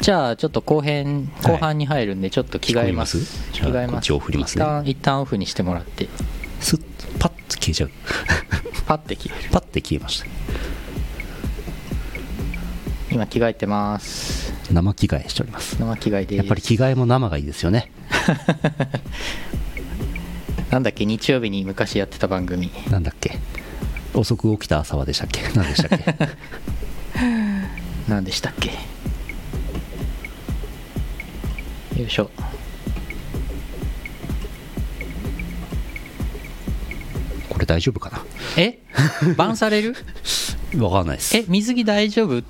Speaker 1: じゃあちょっと後編
Speaker 2: はい
Speaker 1: 後半に入るんでちょっと着替えます,、
Speaker 2: 着込みますじゃあこっちを振りますね
Speaker 1: 一旦一旦オフにしてもらって
Speaker 2: スッとパッと消えちゃう
Speaker 1: パッて着替える
Speaker 2: パッて消えました
Speaker 1: 今着替えてます
Speaker 2: 生着替えしております
Speaker 1: 生着替えです
Speaker 2: やっぱり着替えも生がいいですよね
Speaker 1: なんだっけ日曜日に昔やってた番組
Speaker 2: なんだっけ遅く起きた朝はでしたっけ何でしたっ け
Speaker 1: 何でしたっけよいしょ
Speaker 2: これ大丈夫か
Speaker 1: えバンされる
Speaker 2: なわかんないです
Speaker 1: え水着大丈夫っ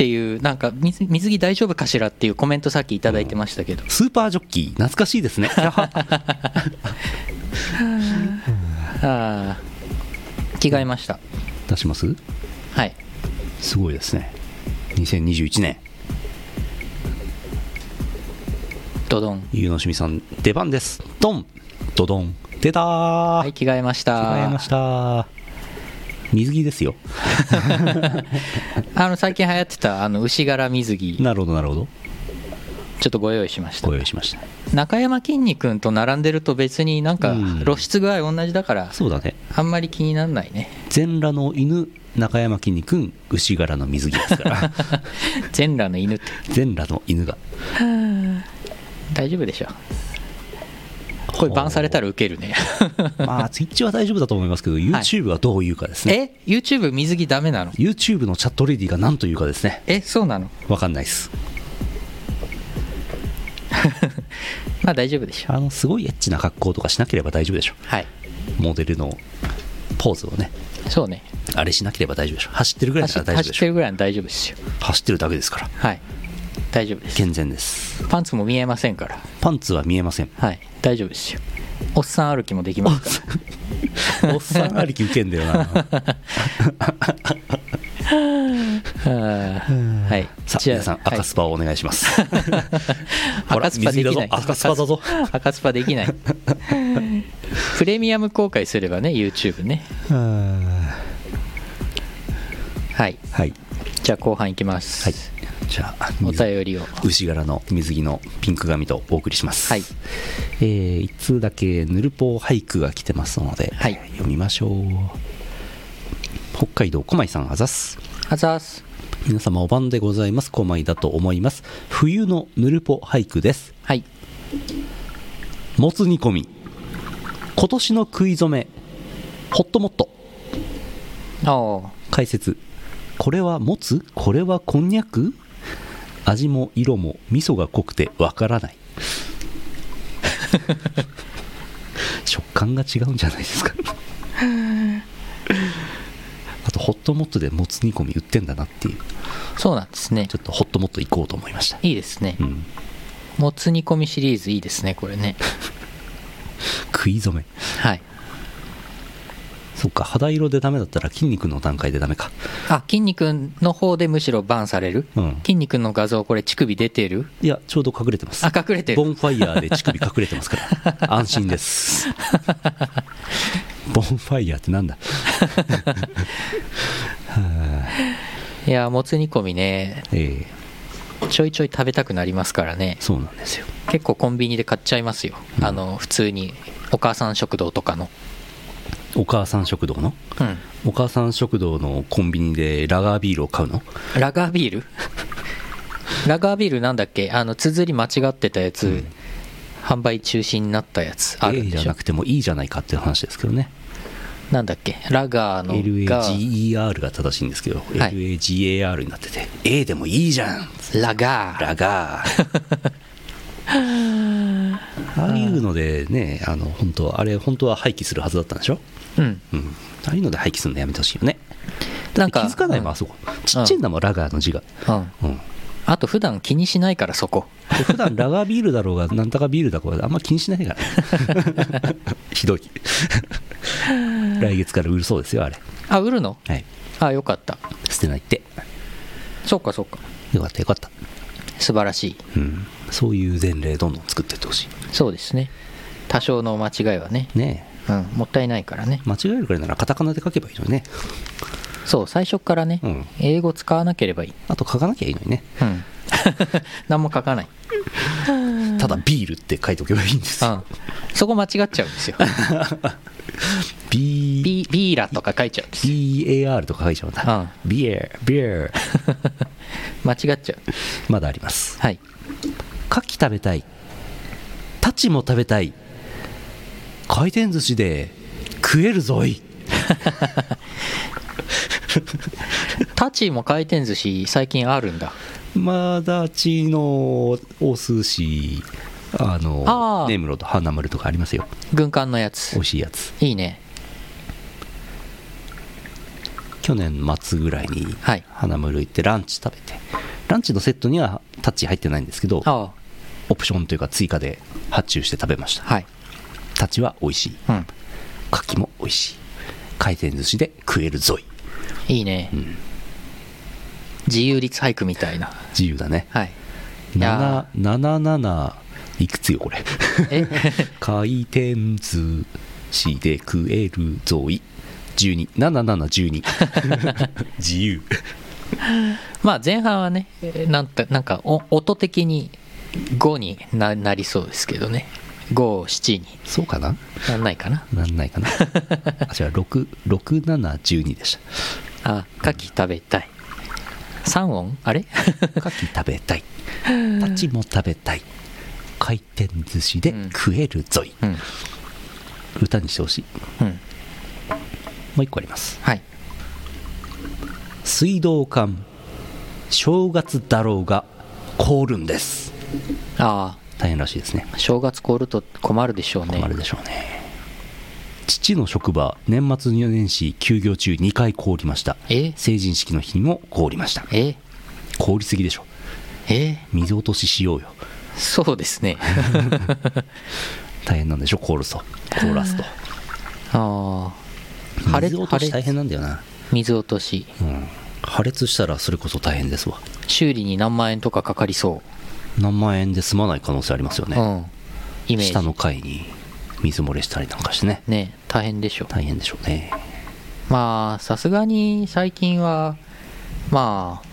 Speaker 1: ていうなんか水水着大丈夫かしらっていうコメントさっきいただいてましたけど、
Speaker 2: スーパージョッキー懐かしい ですねやは
Speaker 1: あー着替えました
Speaker 2: 出します
Speaker 1: はい
Speaker 2: すごいですね2021年
Speaker 1: ドドン
Speaker 2: ゆうのしみさん出番ですドンドドン出たー、
Speaker 1: はい着替えました
Speaker 2: 違いました水着ですよ
Speaker 1: あの最近流行ってたあの牛柄水着ちょ
Speaker 2: なるほどなるほど
Speaker 1: っとご用意しました
Speaker 2: ご用意しました
Speaker 1: 中山きんに君と並んでると別になんか
Speaker 2: うん
Speaker 1: 露出具合同じだから
Speaker 2: そうだね
Speaker 1: あんまり気にならないね
Speaker 2: 全裸の犬中山きんに君牛柄の水着ですから
Speaker 1: 全裸の犬って
Speaker 2: 全裸の犬が
Speaker 1: 大丈夫でしょこれバンされたらウケるね
Speaker 2: まあツイッチは大丈夫だと思いますけど YouTube はどういうかですね、
Speaker 1: え YouTube 水着ダメなの
Speaker 2: YouTube のチャットレディが何というかですね
Speaker 1: えそうなの
Speaker 2: わかんないです
Speaker 1: まあ大丈夫でしょ
Speaker 2: あのすごいエッチな格好とかしなければ大丈夫でしょ
Speaker 1: はい
Speaker 2: モデルのポーズをね
Speaker 1: そうね
Speaker 2: あれしなければ大丈夫でしょ走ってるぐらいな
Speaker 1: 走
Speaker 2: ら大丈夫
Speaker 1: 走
Speaker 2: で
Speaker 1: っ
Speaker 2: してょ
Speaker 1: るぐらいの大丈夫ですよ
Speaker 2: 走ってるだけですから
Speaker 1: はい大丈夫です
Speaker 2: 健全です
Speaker 1: パンツも見えませんから
Speaker 2: パンツは見え ません
Speaker 1: はい大丈夫ですよおっさん歩きもできますから
Speaker 2: おっさんありきウケんだよな
Speaker 1: うんはい
Speaker 2: さあ
Speaker 1: じゃあ
Speaker 2: 皆さん
Speaker 1: はい
Speaker 2: 赤スパをお願いします、ほら
Speaker 1: 赤スパできない
Speaker 2: 水着だぞ赤スパだぞ
Speaker 1: 赤スパでき ないプレミアム公開すればね YouTube ねはい
Speaker 2: はい
Speaker 1: じゃあ後半いきます、
Speaker 2: はいじゃあ
Speaker 1: お
Speaker 2: 水
Speaker 1: 便りを
Speaker 2: 牛柄の水着のピンク髪とお送りします
Speaker 1: はい
Speaker 2: えー、一通だけぬるぽ俳句が来てますので、
Speaker 1: はい
Speaker 2: 読みましょう北海道駒井さんあざっす
Speaker 1: あざーす
Speaker 2: 皆様お晩でございます駒井だと思います冬のぬるぽ俳句です
Speaker 1: はい
Speaker 2: もつ煮込み今年の食い初めホットモット
Speaker 1: おー
Speaker 2: 解説これはもつこれはこんにゃく味も色も味噌が濃くてわからない 食感が違うんじゃないですか あとホットモットでもつ煮込み売ってんだなっていう
Speaker 1: そうなんですね
Speaker 2: ちょっとホットモット行こうと思いました
Speaker 1: いいですね、
Speaker 2: うん
Speaker 1: もつ煮込みシリーズいいですねこれね
Speaker 2: 食い初め
Speaker 1: はい
Speaker 2: そっか肌色でダメだったら筋肉の段階でダメか
Speaker 1: あ筋肉の方でむしろバンされる、
Speaker 2: うん
Speaker 1: 筋肉の画像これ乳首出てる
Speaker 2: いやちょうど隠れてます
Speaker 1: あ隠れて
Speaker 2: ボ
Speaker 1: る
Speaker 2: ンファイヤーで乳首隠れてますから 安心ですボンファイヤーってなんだ
Speaker 1: いやーもつ煮込みね
Speaker 2: ええ
Speaker 1: ちょいちょい食べたくなりますからね
Speaker 2: そうなんですよ
Speaker 1: 結構コンビニで買っちゃいますよ、
Speaker 2: うん
Speaker 1: あの普通にお母さん食堂とかの
Speaker 2: お母さん食堂の
Speaker 1: うん
Speaker 2: お母さん食堂のコンビニでラガービールを買うの
Speaker 1: ラガービー ルラガービールなんだっけあの綴り間違ってたやつ、
Speaker 2: うん
Speaker 1: 販売中止になったやつある
Speaker 2: A
Speaker 1: ん
Speaker 2: じ
Speaker 1: で
Speaker 2: ゃ
Speaker 1: しょ
Speaker 2: なくてもいいじゃないかっていう話ですけどね
Speaker 1: なんだっけラガーのが
Speaker 2: LAGER が正しいんですけど、
Speaker 1: い
Speaker 2: LAGAR になってて A でもいいじゃん
Speaker 1: ラガー
Speaker 2: ラガー ああいうのでねあの本当あれ本当は廃棄するはずだったんでしょ
Speaker 1: うん
Speaker 2: うん、ああいうので廃棄するのやめてほしいよね
Speaker 1: な
Speaker 2: なんん
Speaker 1: か
Speaker 2: か気づかないも
Speaker 1: う
Speaker 2: ん、
Speaker 1: ん
Speaker 2: あそこちっちゃいんだもん、ラガーの字が、
Speaker 1: うん
Speaker 2: うん、
Speaker 1: あと普段気にしないからそこ
Speaker 2: で普段ラガービールだろうがなんとかビールだろうがあんま気にしないから ひどい来月から売るそうですよあれ
Speaker 1: あ売るの
Speaker 2: はい
Speaker 1: あよかった
Speaker 2: 捨てないって
Speaker 1: そっかそっか
Speaker 2: よかったよかった、
Speaker 1: 素晴らしい
Speaker 2: うん、そういう前例どんどん作ってってほし
Speaker 1: そうですね多少の間違いはね
Speaker 2: いねえ
Speaker 1: うんもったいないからね
Speaker 2: 間違えるくらいならカタカナで書けばいいのにね
Speaker 1: そう最初からね、
Speaker 2: うん
Speaker 1: 英語使わなければいい、
Speaker 2: あと書かなきゃいいのにね
Speaker 1: うん 何も書かない、
Speaker 2: ただビールって書いとけばいいんです
Speaker 1: う
Speaker 2: よ
Speaker 1: ん、そこ間違っちゃうん ですよ
Speaker 2: ビー
Speaker 1: ビビーラとか書いちゃうんですよ
Speaker 2: BAR とか書いちゃうんだ、ビエービエー
Speaker 1: 間違っちゃう
Speaker 2: まだあります
Speaker 1: はい
Speaker 2: 牡蠣食べたいタチも食べたい回転寿司で食えるぞい
Speaker 1: タチも回転寿司最近あるんだ
Speaker 2: マダチのお寿司あの
Speaker 1: あー
Speaker 2: 根室と花丸とかありますよ
Speaker 1: 軍艦のや
Speaker 2: 美
Speaker 1: つ
Speaker 2: 味しいやつ
Speaker 1: いいね
Speaker 2: 去年末ぐらいに
Speaker 1: はい
Speaker 2: 花丸行ってランチ食べてランチのセットにはタッチ入ってないんですけど
Speaker 1: あ
Speaker 2: オプションというか追加で発注して食べまし
Speaker 1: あ
Speaker 2: た
Speaker 1: はい
Speaker 2: タチは美味しい
Speaker 1: うん
Speaker 2: 牡蠣も美味しい回転寿司で食えるぞい
Speaker 1: いいね、自由律俳句みたいな
Speaker 2: 自由だね
Speaker 1: はいいや
Speaker 2: 777いくつよこれ
Speaker 1: え
Speaker 2: 回転図しで食えるぞい127712 自由
Speaker 1: まあ前半はねなんかなんかお音的に5にななりそうですけどね57に
Speaker 2: そうかな
Speaker 1: なんないかな
Speaker 2: なんな いかなあ違う6712でし
Speaker 1: あ牡蠣食べたい3音あれ
Speaker 2: た牡蠣食 べたいタチも食べたい回転寿司で食えるぞい、
Speaker 1: うん
Speaker 2: 歌にしてほしい
Speaker 1: うん
Speaker 2: もう一個あります
Speaker 1: はい
Speaker 2: 水道管正月だろうが凍るんです
Speaker 1: あ
Speaker 2: 大変らしいですね
Speaker 1: あ正月凍ると困るでしょうね
Speaker 2: 困るでしょうね父の職場年末年始休業中2回凍りました
Speaker 1: え
Speaker 2: 成人式の日にも凍りました
Speaker 1: え
Speaker 2: 凍りすぎでしょ
Speaker 1: え
Speaker 2: 水落とししようよ
Speaker 1: そうです ね
Speaker 2: 大変なんでしょ凍ると凍らすと
Speaker 1: ああ
Speaker 2: 水落とし大変なんだよな、
Speaker 1: 水落とし
Speaker 2: うん、破裂したらそれこそ大変ですわ
Speaker 1: 修理に何万円とかかかりそ
Speaker 2: 何万円で済まない可能性ありますよ
Speaker 1: う、
Speaker 2: ね、
Speaker 1: うんイメー
Speaker 2: 下
Speaker 1: ジ
Speaker 2: の階に水漏れしたりなんかしてね
Speaker 1: ね大変でしょ
Speaker 2: 大変でしょうね
Speaker 1: まあさすがに最近はまあ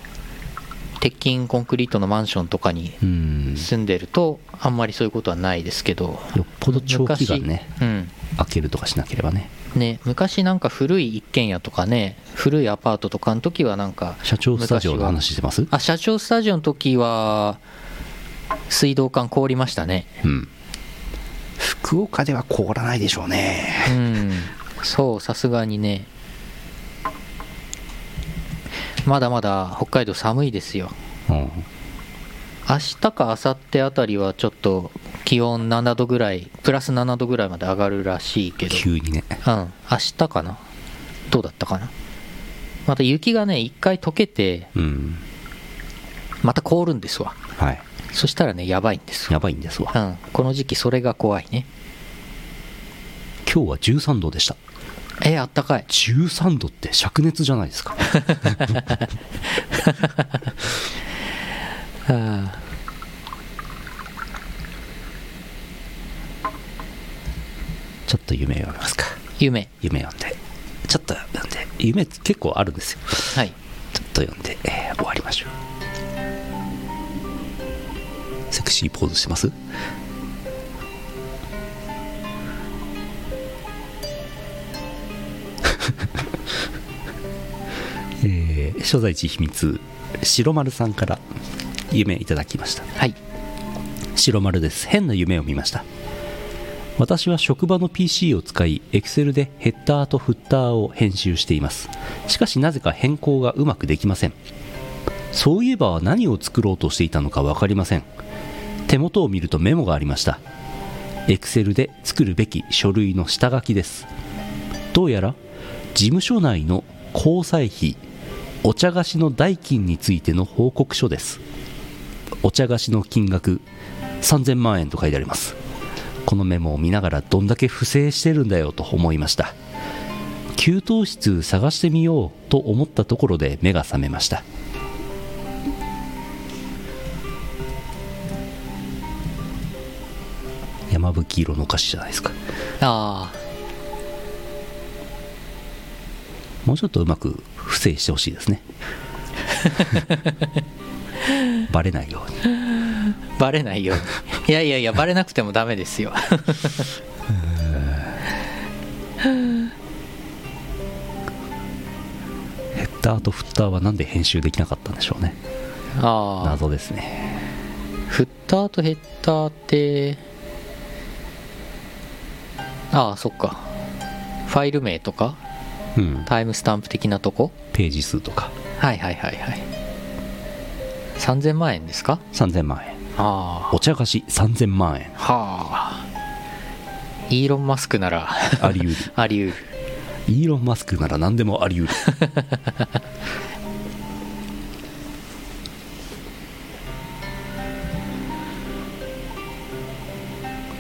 Speaker 1: 鉄筋コンクリートのマンションとかに
Speaker 2: うん
Speaker 1: 住んでるとあんまりそういうことはないですけど
Speaker 2: よっぽど長期間ね
Speaker 1: 昔うん
Speaker 2: 開けるとかしなければね
Speaker 1: ね、昔なんか古い一軒家とかね古いアパートとかの時はなんか
Speaker 2: 社長スタジオの話してます
Speaker 1: 昔はあ社長スタジオの時は水道管凍りましたね
Speaker 2: うん福岡では凍らないでしょうね
Speaker 1: うんそうさすがにねまだまだ北海道寒いですよ
Speaker 2: うん
Speaker 1: 明日か明後日あたりはちょっと気温7度ぐらいプラス7度ぐらいまで上がるらしいけど
Speaker 2: 急にね
Speaker 1: うん明日かなどうだったかなまた雪がね一回溶けて
Speaker 2: うん
Speaker 1: また凍るんですわ
Speaker 2: はい
Speaker 1: そしたらねやばいんです
Speaker 2: や
Speaker 1: わ
Speaker 2: ばいんですわ
Speaker 1: うんこの時期それが怖いね
Speaker 2: 今日は13度でした
Speaker 1: えあったかい
Speaker 2: 13度って灼熱じゃないです か
Speaker 1: あ
Speaker 2: ちょっと夢を読みますか
Speaker 1: ー夢
Speaker 2: 夢読んでちょっと読んで夢結構あるんですよ
Speaker 1: はい
Speaker 2: ちょっと読んで、えー終わりましょうセクシーポーズしてます えー所在地秘密白丸さんから夢いただきました
Speaker 1: はい
Speaker 2: 白丸です変な夢を見ました私は職場の PC を使い Excel でヘッダーとフッターを編集していますしかしなぜか変更がうまくできませんそういえば何を作ろうとしていたのか分かりません手元を見るとメモがありました Excel で作るべき書類の下書きですどうやら事務所内の交際費お茶菓子の代金についての報告書ですお茶菓子の金額3000万円と書いてありますこのメモを見ながらどんだけ不正してるんだよと思いました給湯室探してみようと思ったところで目が覚めました山吹色の歌詞じゃないですか
Speaker 1: あ
Speaker 2: もうちょっとうまく不正してほしいですね バレないように
Speaker 1: ーバレないようにいやいやいやバレなくてもダメです よ
Speaker 2: ヘッダーとフッターはなんで編集できなかったんでしょうね
Speaker 1: あ
Speaker 2: 謎ですね
Speaker 1: あフッターとヘッダーってああそっかファイル名とか
Speaker 2: うん
Speaker 1: タイムスタンプ的なとこ
Speaker 2: ページ数とか
Speaker 1: はいはいはいはい3000万円ですか
Speaker 2: 3000万円
Speaker 1: あ
Speaker 2: お茶菓子3000万円
Speaker 1: あはあイーロン・マスクなら
Speaker 2: あり得る
Speaker 1: あり得る
Speaker 2: イーロン・マスクなら何でもあり得る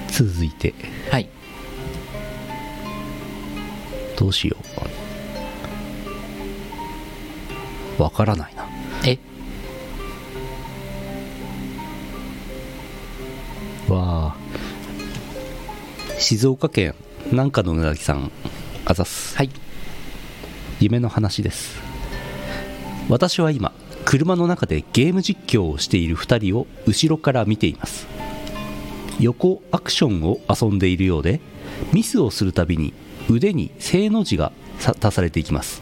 Speaker 2: 続いて
Speaker 1: はい
Speaker 2: どうしようわからないな
Speaker 1: え
Speaker 2: わあ静岡県なんかのうなぎさんあざっす
Speaker 1: はい
Speaker 2: 夢の話です私は今車の中でゲーム実況をしている2人を後ろから見ています横アクションを遊んでいるようでミスをするたびに腕に正の字がさ足されていきます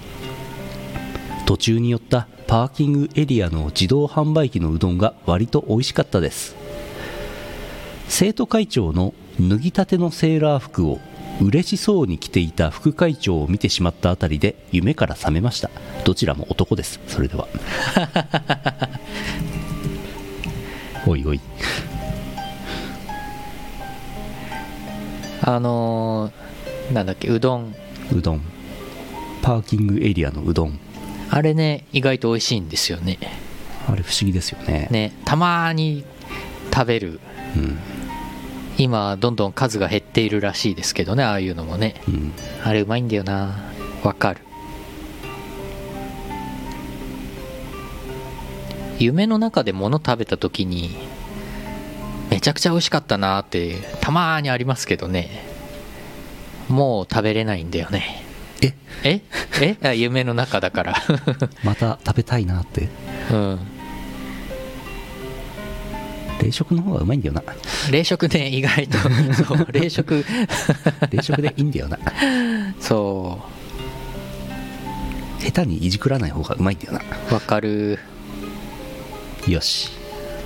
Speaker 2: 途中に寄ったパーキングエリアの自動販売機のうどんが割と美味しかったです生徒会長の脱ぎたてのセーラー服を嬉しそうに着ていた副会長を見てしまったあたりで夢から覚めましたどちらも男ですそれでは おいおい
Speaker 1: あのーなんだっけうどん
Speaker 2: うどんパーキングエリアのうどん
Speaker 1: あれね意外と美味しいんですよね
Speaker 2: あれ不思議ですよね
Speaker 1: ねたまに食べる
Speaker 2: うん
Speaker 1: 今どんどん数が減っているらしいですけどねああいうのもね
Speaker 2: うん
Speaker 1: あれうまいんだよなわかる夢の中で物食べた時にめちゃくちゃ美味しかったなってたまーにありますけどねもう食べれないんだよね
Speaker 2: え
Speaker 1: ええ あ夢の中だから
Speaker 2: また食べたいなって
Speaker 1: うん
Speaker 2: 冷食の方がうまいんだ よな
Speaker 1: 冷食ね意外とそう冷食
Speaker 2: 冷食でいいんだよな
Speaker 1: そ
Speaker 2: 下手にいじくらない方がうまいんだよな
Speaker 1: うわかる
Speaker 2: よし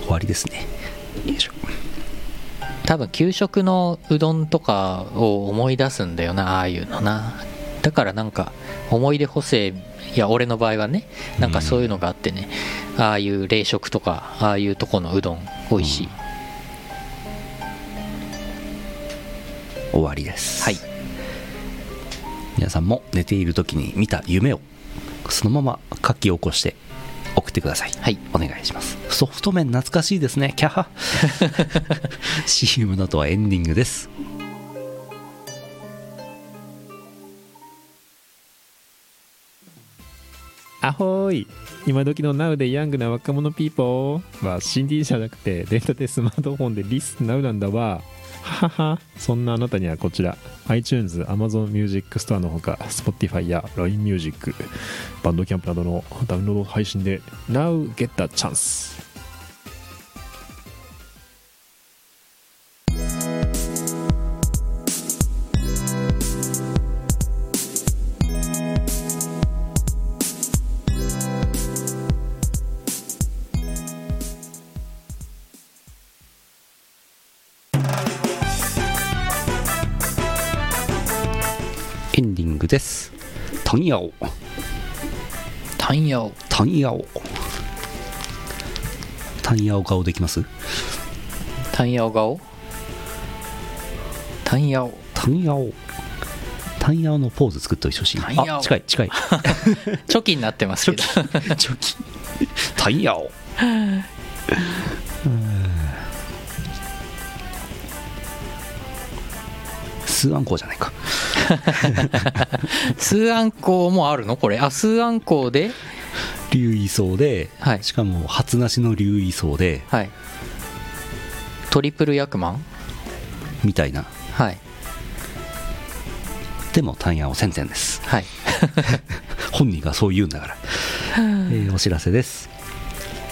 Speaker 2: 終わりですねよいしょ
Speaker 1: 多分給食のうどんとかを思い出すんだよなああいうのなだからなんか思い出補正いや俺の場合はねなんかそういうのがあってね、ああいう冷食とかああいうとこのうどん美味しい、
Speaker 2: 終わりです
Speaker 1: はい
Speaker 2: 皆さんも寝ている時に見た夢をそのまま書き起こして送ってください、
Speaker 1: はい
Speaker 2: お願いしますソフト麺懐かしいですねキ ャハ CM の後はエンディングです
Speaker 6: あほーい今時の Now でヤングな若者ピーポーは CD じゃなくてデータでスマートフォンでリスン Now なんだわはははそんなあなたにはこちら iTunes、Amazon Music Store のほか Spotify や LINE Music バンドキャンプなどのダウンロード配信で Now get the chance
Speaker 2: エンディングですタンヤオ
Speaker 1: タンヤオ
Speaker 2: タンヤオタンヤオ顔できます
Speaker 1: タンヤオ顔タンヤオ
Speaker 2: タンヤオタンヤオのポーズ作ってほしい
Speaker 1: タンヤオ
Speaker 2: あ近い近い
Speaker 1: チョキになってますけど
Speaker 2: チョキタンヤオスーアンコウじゃないか
Speaker 1: スーアンコウもあるのこれあスーアンコウで
Speaker 2: 竜位層で、
Speaker 1: はい
Speaker 2: しかも初なしの竜位層で
Speaker 1: はいトリプルヤクマン
Speaker 2: みたいな
Speaker 1: はい
Speaker 2: でもタンヤオ戦前です
Speaker 1: はい
Speaker 2: 本人がそう言うんだから、えーお知らせです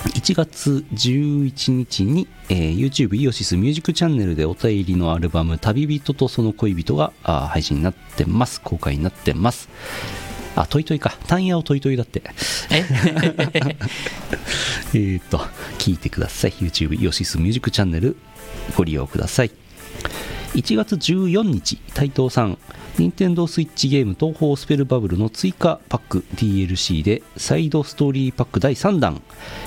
Speaker 2: 1月11日に、えー YouTube イオシスミュージックチャンネルでお便りのアルバム「旅人とその恋人が」あー配信になってます公開になってますあトイトイかタンヤオトイトイだって
Speaker 1: え
Speaker 2: えーっと聞いてください YouTube イオシスミュージックチャンネルご利用ください1月14日台東さん任天堂スイッチゲーム東宝スペルバブルの追加パック DLC でサイドストーリーパック第3弾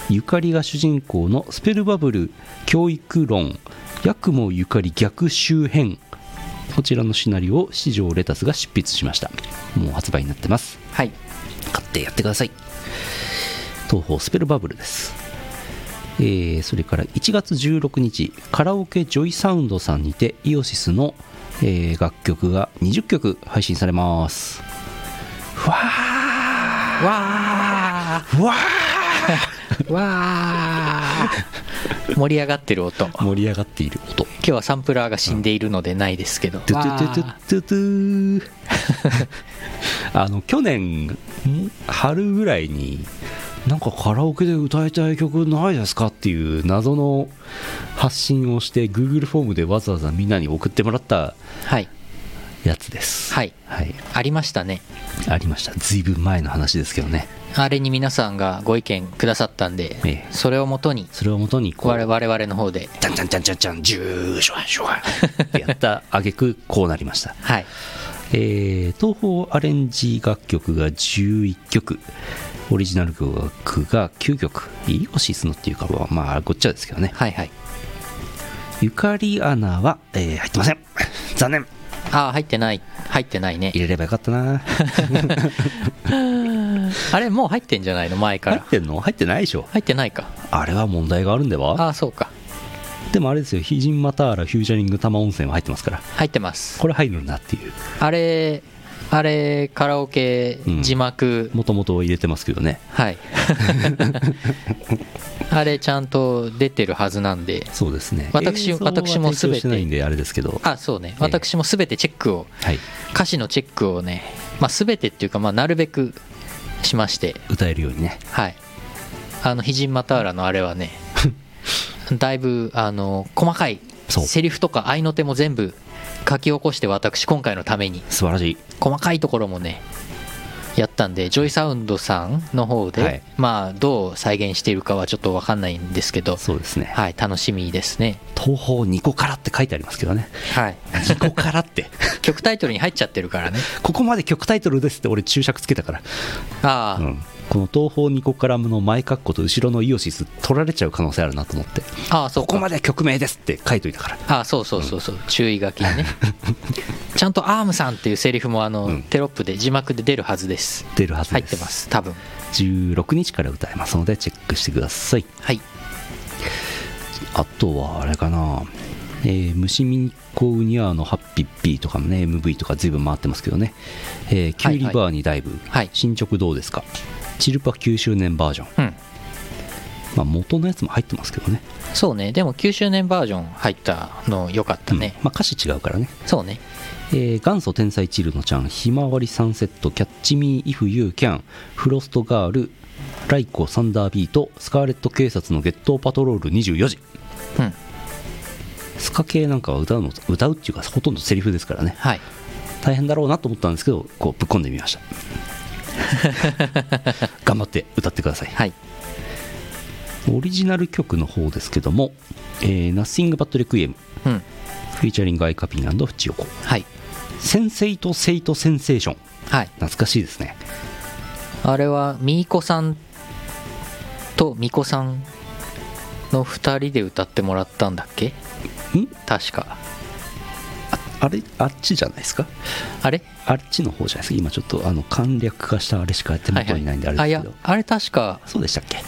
Speaker 2: ゆかりが主人公のスペルバブル教育論八雲ゆかり逆周辺こちらのシナリオを四条レタスが執筆しましたもう発売になってます
Speaker 1: はい
Speaker 2: 買ってやってください東方スペルバブルですえーそれから1月16日カラオケジョイサウンドさんにてイオシスの、えー楽曲が20曲配信されますわーわーわー
Speaker 1: わー盛り上がってる音今
Speaker 2: 盛り上がっている音
Speaker 1: 日はサンプラーが死んでいるのでないですけど、
Speaker 2: トゥ
Speaker 1: わ
Speaker 2: トゥトゥト
Speaker 1: ー
Speaker 2: ゥトゥトゥあの去年ん春ぐらいになんかカラオケで歌いたい曲ないですかっていう謎の発信をして Google フォームでわざわざみんなに送ってもらった
Speaker 1: はい
Speaker 2: やつです
Speaker 1: はい
Speaker 2: はい、
Speaker 1: ありましたね
Speaker 2: ありました随分前の話ですけどね
Speaker 1: あれに皆さんがご意見くださったんで、
Speaker 2: ええ
Speaker 1: それをもとに
Speaker 2: それをもとにこう
Speaker 1: 我我々の方で
Speaker 2: ちゃんちゃんちゃんちゃんちゃん、ジューシュワシュワってやった挙句こうなりました。
Speaker 1: はい
Speaker 2: えー、東宝アレンジ楽曲が11曲、オリジナル曲が9曲、イオシスのっていうか、まあ、ごっちゃですけどね。
Speaker 1: はいはい
Speaker 2: ゆかりアナは、えー入ってません。残念。
Speaker 1: ああ入ってない入ってないね
Speaker 2: 入れればよかったな。
Speaker 1: あれもう入ってんじゃないの前か
Speaker 2: 入
Speaker 1: ら
Speaker 2: ってんの入ってないでしょ。
Speaker 1: 入ってないか
Speaker 2: あれは問題があるんで
Speaker 1: あ
Speaker 2: は
Speaker 1: あそうか
Speaker 2: でもあれですよ、ヒジンマターラフューチャリング玉温泉は入ってますから、
Speaker 1: 入ってます
Speaker 2: これ入るんだっていう、
Speaker 1: あれあれカラオケ
Speaker 2: うん
Speaker 1: 字幕、
Speaker 2: もともと入れてますけどね。
Speaker 1: はい あれちゃんと出てるはずなんで
Speaker 2: そうですね。
Speaker 1: 私
Speaker 2: 映像は
Speaker 1: 私も
Speaker 2: 提供
Speaker 1: 全
Speaker 2: して
Speaker 1: て
Speaker 2: ないんであれですけど。
Speaker 1: あそうね
Speaker 2: え
Speaker 1: 私も全てチェックを
Speaker 2: はい。
Speaker 1: 歌詞のチェックをね、まあ、全てっていうか、まあ、なるべくしまして
Speaker 2: 歌えるようにね。
Speaker 1: はいあの「ひじんまたわら」のあれはね だいぶあの細かい
Speaker 2: そう
Speaker 1: セリフとか合いの手も全部書き起こして私今回のために
Speaker 2: 素晴らしい。
Speaker 1: 細かいところもねやったんでジョイサウンドさんの方で、
Speaker 2: はい
Speaker 1: まあどう再現しているかはちょっと分かんないんですけど
Speaker 2: そうですね。
Speaker 1: はい楽しみですね
Speaker 2: 東宝ニコからって書いてありますけどね。
Speaker 1: はい
Speaker 2: ニコからって。
Speaker 1: 曲タイトルに入っちゃってるからね
Speaker 2: ここまで曲タイトルですって俺注釈つけたから。
Speaker 1: ああ、
Speaker 2: うん。この東宝ニコからの前括弧と後ろのイオシス取られちゃう可能性あるなと思って。
Speaker 1: ああそう
Speaker 2: ここ
Speaker 1: か
Speaker 2: まで曲名ですって書いといたから。
Speaker 1: あそうそうそうそう、注意書き にねちゃんと「アームさん」っていうセリフもあの、
Speaker 2: うん
Speaker 1: テロップで字幕で出るはずです
Speaker 2: 出るはずです。
Speaker 1: 入ってま。す多分
Speaker 2: 16日から歌えますのでチェックしてください。
Speaker 1: はい
Speaker 2: あとはあれかな、えー、虫ミニコウニャーのハッピッピーとかのね、MV とかずいぶん回ってますけどね、えーキュウリバーにダイブ、
Speaker 1: はい
Speaker 2: 進捗どうですか、チルパ9周年バージョン、
Speaker 1: うん
Speaker 2: まあ、元のやつも入ってますけどね、
Speaker 1: そうねでも9周年バージョン入ったの良かったね
Speaker 2: う、んまあ、歌詞違うからね、
Speaker 1: そうね
Speaker 2: えー元祖天才チルノちゃん、ひまわりサンセット、キャッチミー・イフ・ユー・キャン、フロスト・ガール、ライコ・サンダービート、スカーレット警察のゲットパトロール24時。
Speaker 1: うん
Speaker 2: スカ系なんかは歌うの歌うっていうかほとんどセリフですからね
Speaker 1: はい
Speaker 2: 大変だろうなと思ったんですけどこうぶっ込んでみました 頑張って歌ってください
Speaker 1: はい
Speaker 2: オリジナル曲の方ですけども「えー、Nothing But Requiem」
Speaker 1: うん
Speaker 2: フィーチャリングアイカピーフチヨコ
Speaker 1: はい
Speaker 2: 「センセイとセイとセンセーション
Speaker 1: はい」
Speaker 2: 懐かしいですね
Speaker 1: あれはみーこさんとみこさんの2人で歌ってもらったんだっけ
Speaker 2: ん
Speaker 1: 確か
Speaker 2: あれあっちじゃないですか
Speaker 1: あれ
Speaker 2: あっちの方じゃないですか今ちょっとあの簡略化したあれしか手元にないんであれです
Speaker 1: あい
Speaker 2: けど、
Speaker 1: やあれ確か
Speaker 2: そうでしたっけ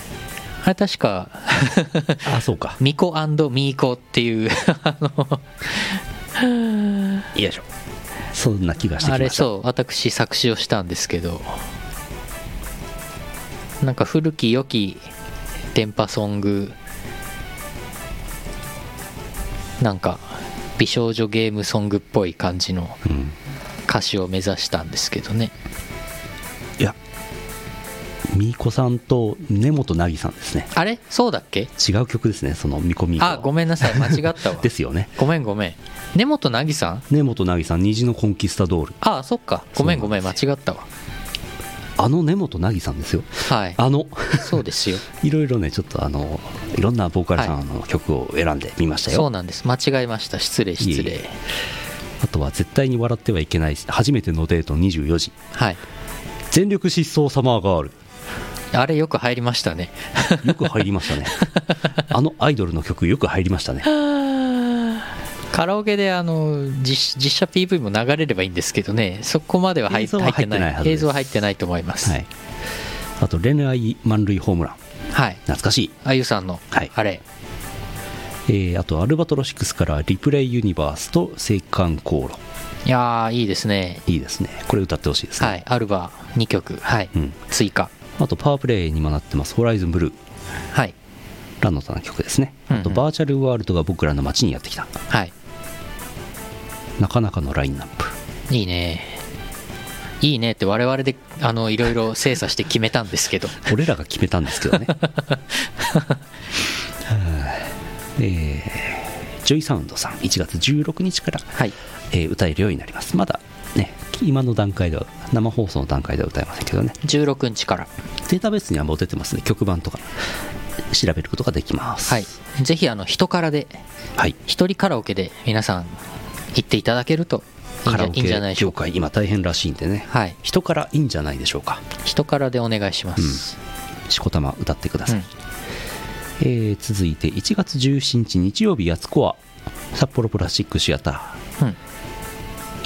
Speaker 1: あれ確か
Speaker 2: あそうか
Speaker 1: ミコミーコっていうあの
Speaker 2: よいしょそんな気がしてきました
Speaker 1: あれそう私作詞をしたんですけどなんか古き良き電波ソングなんか美少女ゲームソングっぽい感じの
Speaker 2: うん
Speaker 1: 歌詞を目指したんですけどね
Speaker 2: いや、みーこさんと根本なぎさんですね。
Speaker 1: あれそうだっけ
Speaker 2: 違う曲ですね、そのみこみーこは
Speaker 1: あごめんなさい間違ったわ
Speaker 2: ですよね。
Speaker 1: ごめんごめん根本凪さん
Speaker 2: 根本なぎさん、虹のコンキスタドール。
Speaker 1: あそっかごめん
Speaker 2: そ
Speaker 1: ご
Speaker 2: うな
Speaker 1: め
Speaker 2: ん
Speaker 1: ん間違ったわ
Speaker 2: あの根本なぎさんですよ。
Speaker 1: はい
Speaker 2: あの、
Speaker 1: そうですよ
Speaker 2: いろいろね、ちょっとあの、いろんなボーカルさ
Speaker 1: は
Speaker 2: んの曲を選んでみましたよ。
Speaker 1: そうなんです間違えました失礼失
Speaker 2: いえい
Speaker 1: 礼
Speaker 2: あとは、絶対に笑ってはいけない、初めてのデート24時、
Speaker 1: はい
Speaker 2: 全力疾走サマーガール。
Speaker 1: あれよく入りましたね
Speaker 2: よく入りまし たね。あのアイドルの曲、よく入りましたね。
Speaker 1: カラオケであの実実写 PV も流れればいいんですけどねそこまでは入
Speaker 2: 映像は
Speaker 1: 入って
Speaker 2: 入ってない
Speaker 1: な
Speaker 2: はず
Speaker 1: い
Speaker 2: で
Speaker 1: 映
Speaker 2: す
Speaker 1: 像は入ってないと思います
Speaker 2: は
Speaker 1: はい、
Speaker 2: い。あと、恋愛満塁ホームラン。懐かしい。
Speaker 1: あゆさんの、
Speaker 2: はい
Speaker 1: あれ
Speaker 2: えーあとアルバトロシックスからリプレイユニバースと青函航路
Speaker 1: いやーいいですね
Speaker 2: いいですねこれ歌ってほしいですね、
Speaker 1: はいアルバ2曲はい、
Speaker 2: うん
Speaker 1: 追加
Speaker 2: あとパワープレイにもなってます「ホライズンブルー
Speaker 1: はい
Speaker 2: ランの棚曲ですね
Speaker 1: うんうん
Speaker 2: あとバーチャルワールドが僕らの街にやってきた
Speaker 1: はい
Speaker 2: なかなかのラインナップ
Speaker 1: いいねいいねって我々であのいろいろ精査して決めたんですけど
Speaker 2: 俺らが決めたんですけ どねはいえージョイサウンドさん1月16日から、
Speaker 1: はい
Speaker 2: えー歌えるようになりますまだね今の段階では生放送の段階では歌えませんけどね
Speaker 1: 16日から
Speaker 2: データベースにはもう出てますね曲版とか調べることができます
Speaker 1: はいぜひあの人からで
Speaker 2: はい
Speaker 1: 一人カラオケで皆さん行っていただけるといいんじゃ
Speaker 2: カラ
Speaker 1: い
Speaker 2: オ
Speaker 1: いんじゃ
Speaker 2: ケ
Speaker 1: ないでしょ
Speaker 2: 業
Speaker 1: うか
Speaker 2: 界今大変らしいんでね、
Speaker 1: はい
Speaker 2: 人からいいんじゃないでしょうか
Speaker 1: 人からでお願いします、
Speaker 2: しこたま歌ってください、
Speaker 1: うん
Speaker 2: えー続いて1月17日日曜日やつこは札幌プラスチックシアタ
Speaker 1: うん
Speaker 2: ー、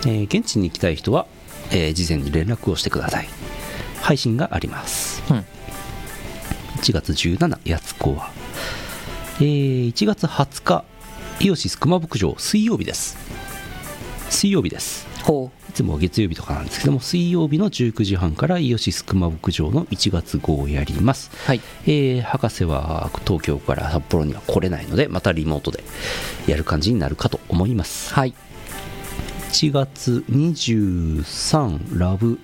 Speaker 2: えー現地に行きたい人は、えー事前に連絡をしてください配信があります
Speaker 1: うん
Speaker 2: 1月17やつこは、えー1月20日イオシス熊牧場水曜日です水曜日です
Speaker 1: ほ
Speaker 2: いつもは月曜日とかなんですけども水曜日の19時半からイオシス熊牧場の1月号をやります
Speaker 1: うはい
Speaker 2: えー博士は東京から札幌には来れないのでまたリモートでやる感じになるかと思います
Speaker 1: はい
Speaker 2: 1月23ラブ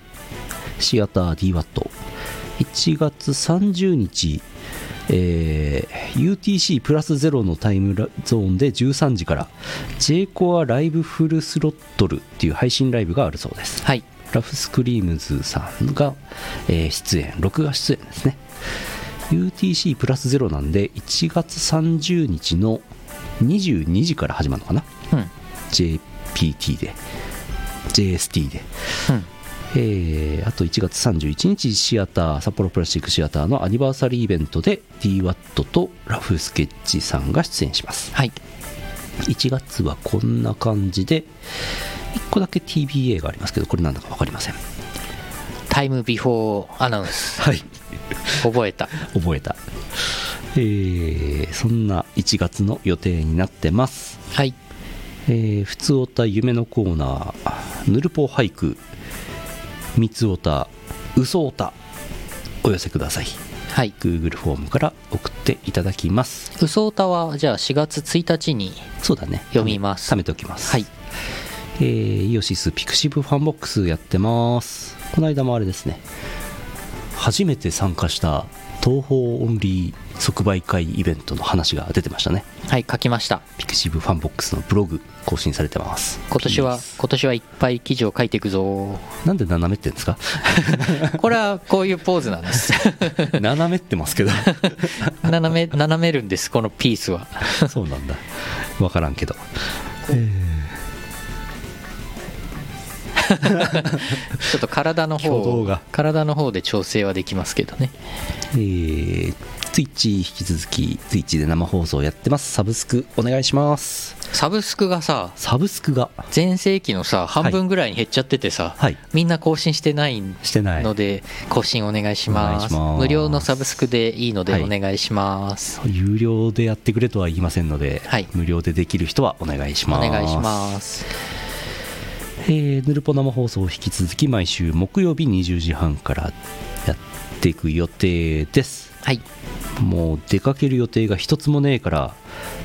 Speaker 2: シアター DWAT1 月30日、えー UTC プラスゼロのタイムラゾーンで13時から J コアライブフルスロットルっていう配信ライブがあるそうです
Speaker 1: はい
Speaker 2: ラフスクリームズさんが、えー出演録画出演ですね UTC プラスゼロなんで1月30日の22時から始まるのかな
Speaker 1: うん
Speaker 2: JPT で JST で、
Speaker 1: うん
Speaker 2: えーあと1月31日シアター札幌プラスチックシアターのアニバーサリーイベントで DWAT とラフスケッチさんが出演します
Speaker 1: はい
Speaker 2: 1月はこんな感じで1個だけ TBA がありますけどこれなんだか分かりません
Speaker 1: タイムビフォーアナウンス
Speaker 2: はい
Speaker 1: 覚えた
Speaker 2: 覚えた、えーそんな1月の予定になってます
Speaker 1: はい
Speaker 2: えー、普通おた夢のコーナーぬるぽ俳句三つおた嘘おたお寄せください
Speaker 1: はい
Speaker 2: Google フォームから送っていただきます
Speaker 1: うそ歌はじゃあ4月1日に
Speaker 2: そうだね
Speaker 1: 読みます
Speaker 2: 貯めておきます
Speaker 1: はい
Speaker 2: えーイオシスピクシブファンボックスやってますこの間もあれですね初めて参加した東宝オンリー即売会イベントの話が出てましたね
Speaker 1: はい書きました
Speaker 2: ピクシブファンボックスのブログ更新されてます
Speaker 1: 今年は今年はいっぱい記事を書いていくぞ
Speaker 2: なんで斜めってんですか
Speaker 1: これはこういうポーズなんです
Speaker 2: 斜めっ てますけど
Speaker 1: 斜め斜めるんですこのピース は
Speaker 2: そうなんだ分からんけど、
Speaker 1: ちょっと体の
Speaker 2: 挙動
Speaker 1: 方
Speaker 2: が
Speaker 1: 体の方で調整はできますけどね
Speaker 2: えー、Twitch 引き続き Twitch で生放送やってますサブスクお願いします
Speaker 1: サブスクがさ
Speaker 2: サブスクが
Speaker 1: 全盛期のさ半分ぐらいに減っちゃっててさ、
Speaker 2: はい
Speaker 1: みんな更新してない
Speaker 2: してない
Speaker 1: ので更新お願いします
Speaker 2: お願いします
Speaker 1: 無料のサブスクでいいので
Speaker 2: はい
Speaker 1: お願いします、
Speaker 2: 有料でやってくれとは言いませんので、
Speaker 1: はい
Speaker 2: 無料でできる人はお願いします
Speaker 1: お願いします
Speaker 2: えー、ヌルポ生放送を引き続き毎週木曜日20時半からやっていく予定です
Speaker 1: はい
Speaker 2: もう出かける予定が一つもねえから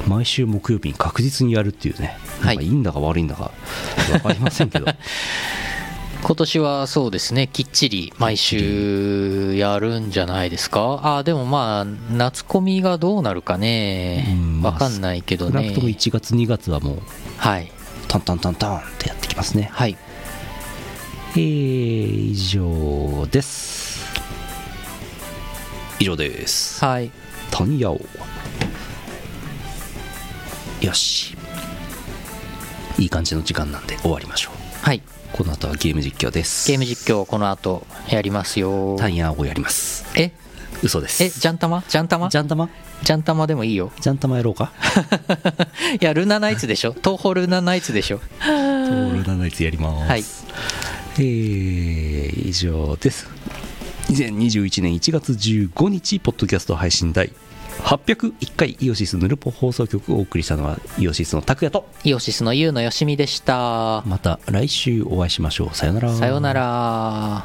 Speaker 2: 毎週木曜日に確実にやるっていうね、
Speaker 1: はい
Speaker 2: なんかいいんだか悪いんだか分かりませ んけど
Speaker 1: 今年はそうですねきっちり毎週やるんじゃないですかあーでもまあ夏コミがどうなるかね
Speaker 2: うんまあ
Speaker 1: わかんないけど
Speaker 2: 少な
Speaker 1: ね
Speaker 2: くとも1月2月はもう
Speaker 1: はい
Speaker 2: タンタンタンタンってやってきますね
Speaker 1: はい
Speaker 2: えー、以上です以上です
Speaker 1: はい
Speaker 2: タンヤオよしいい感じの時間なんで終わりましょう
Speaker 1: はい
Speaker 2: この後はゲーム実況です
Speaker 1: ゲーム実況この後やりますよ
Speaker 2: タンヤオをやります
Speaker 1: え
Speaker 2: 嘘です
Speaker 1: えジャンタマジャンタマ
Speaker 2: ジ
Speaker 1: ジ
Speaker 2: ャン玉
Speaker 1: ャンタマでもいいよ
Speaker 2: ジャン玉やろうか
Speaker 1: いやルナナイツでし ょ東宝ルナナイツでしょ
Speaker 2: トールダナイツやります、
Speaker 1: はい
Speaker 2: えー以上です2021年1月15日ポッドキャスト配信第801回イオシスヌルポ放送局をお送りしたのはイオシスの拓也と
Speaker 1: イオシスのユウのよしみでした
Speaker 2: また来週お会いしましょうさよなら
Speaker 1: さようなら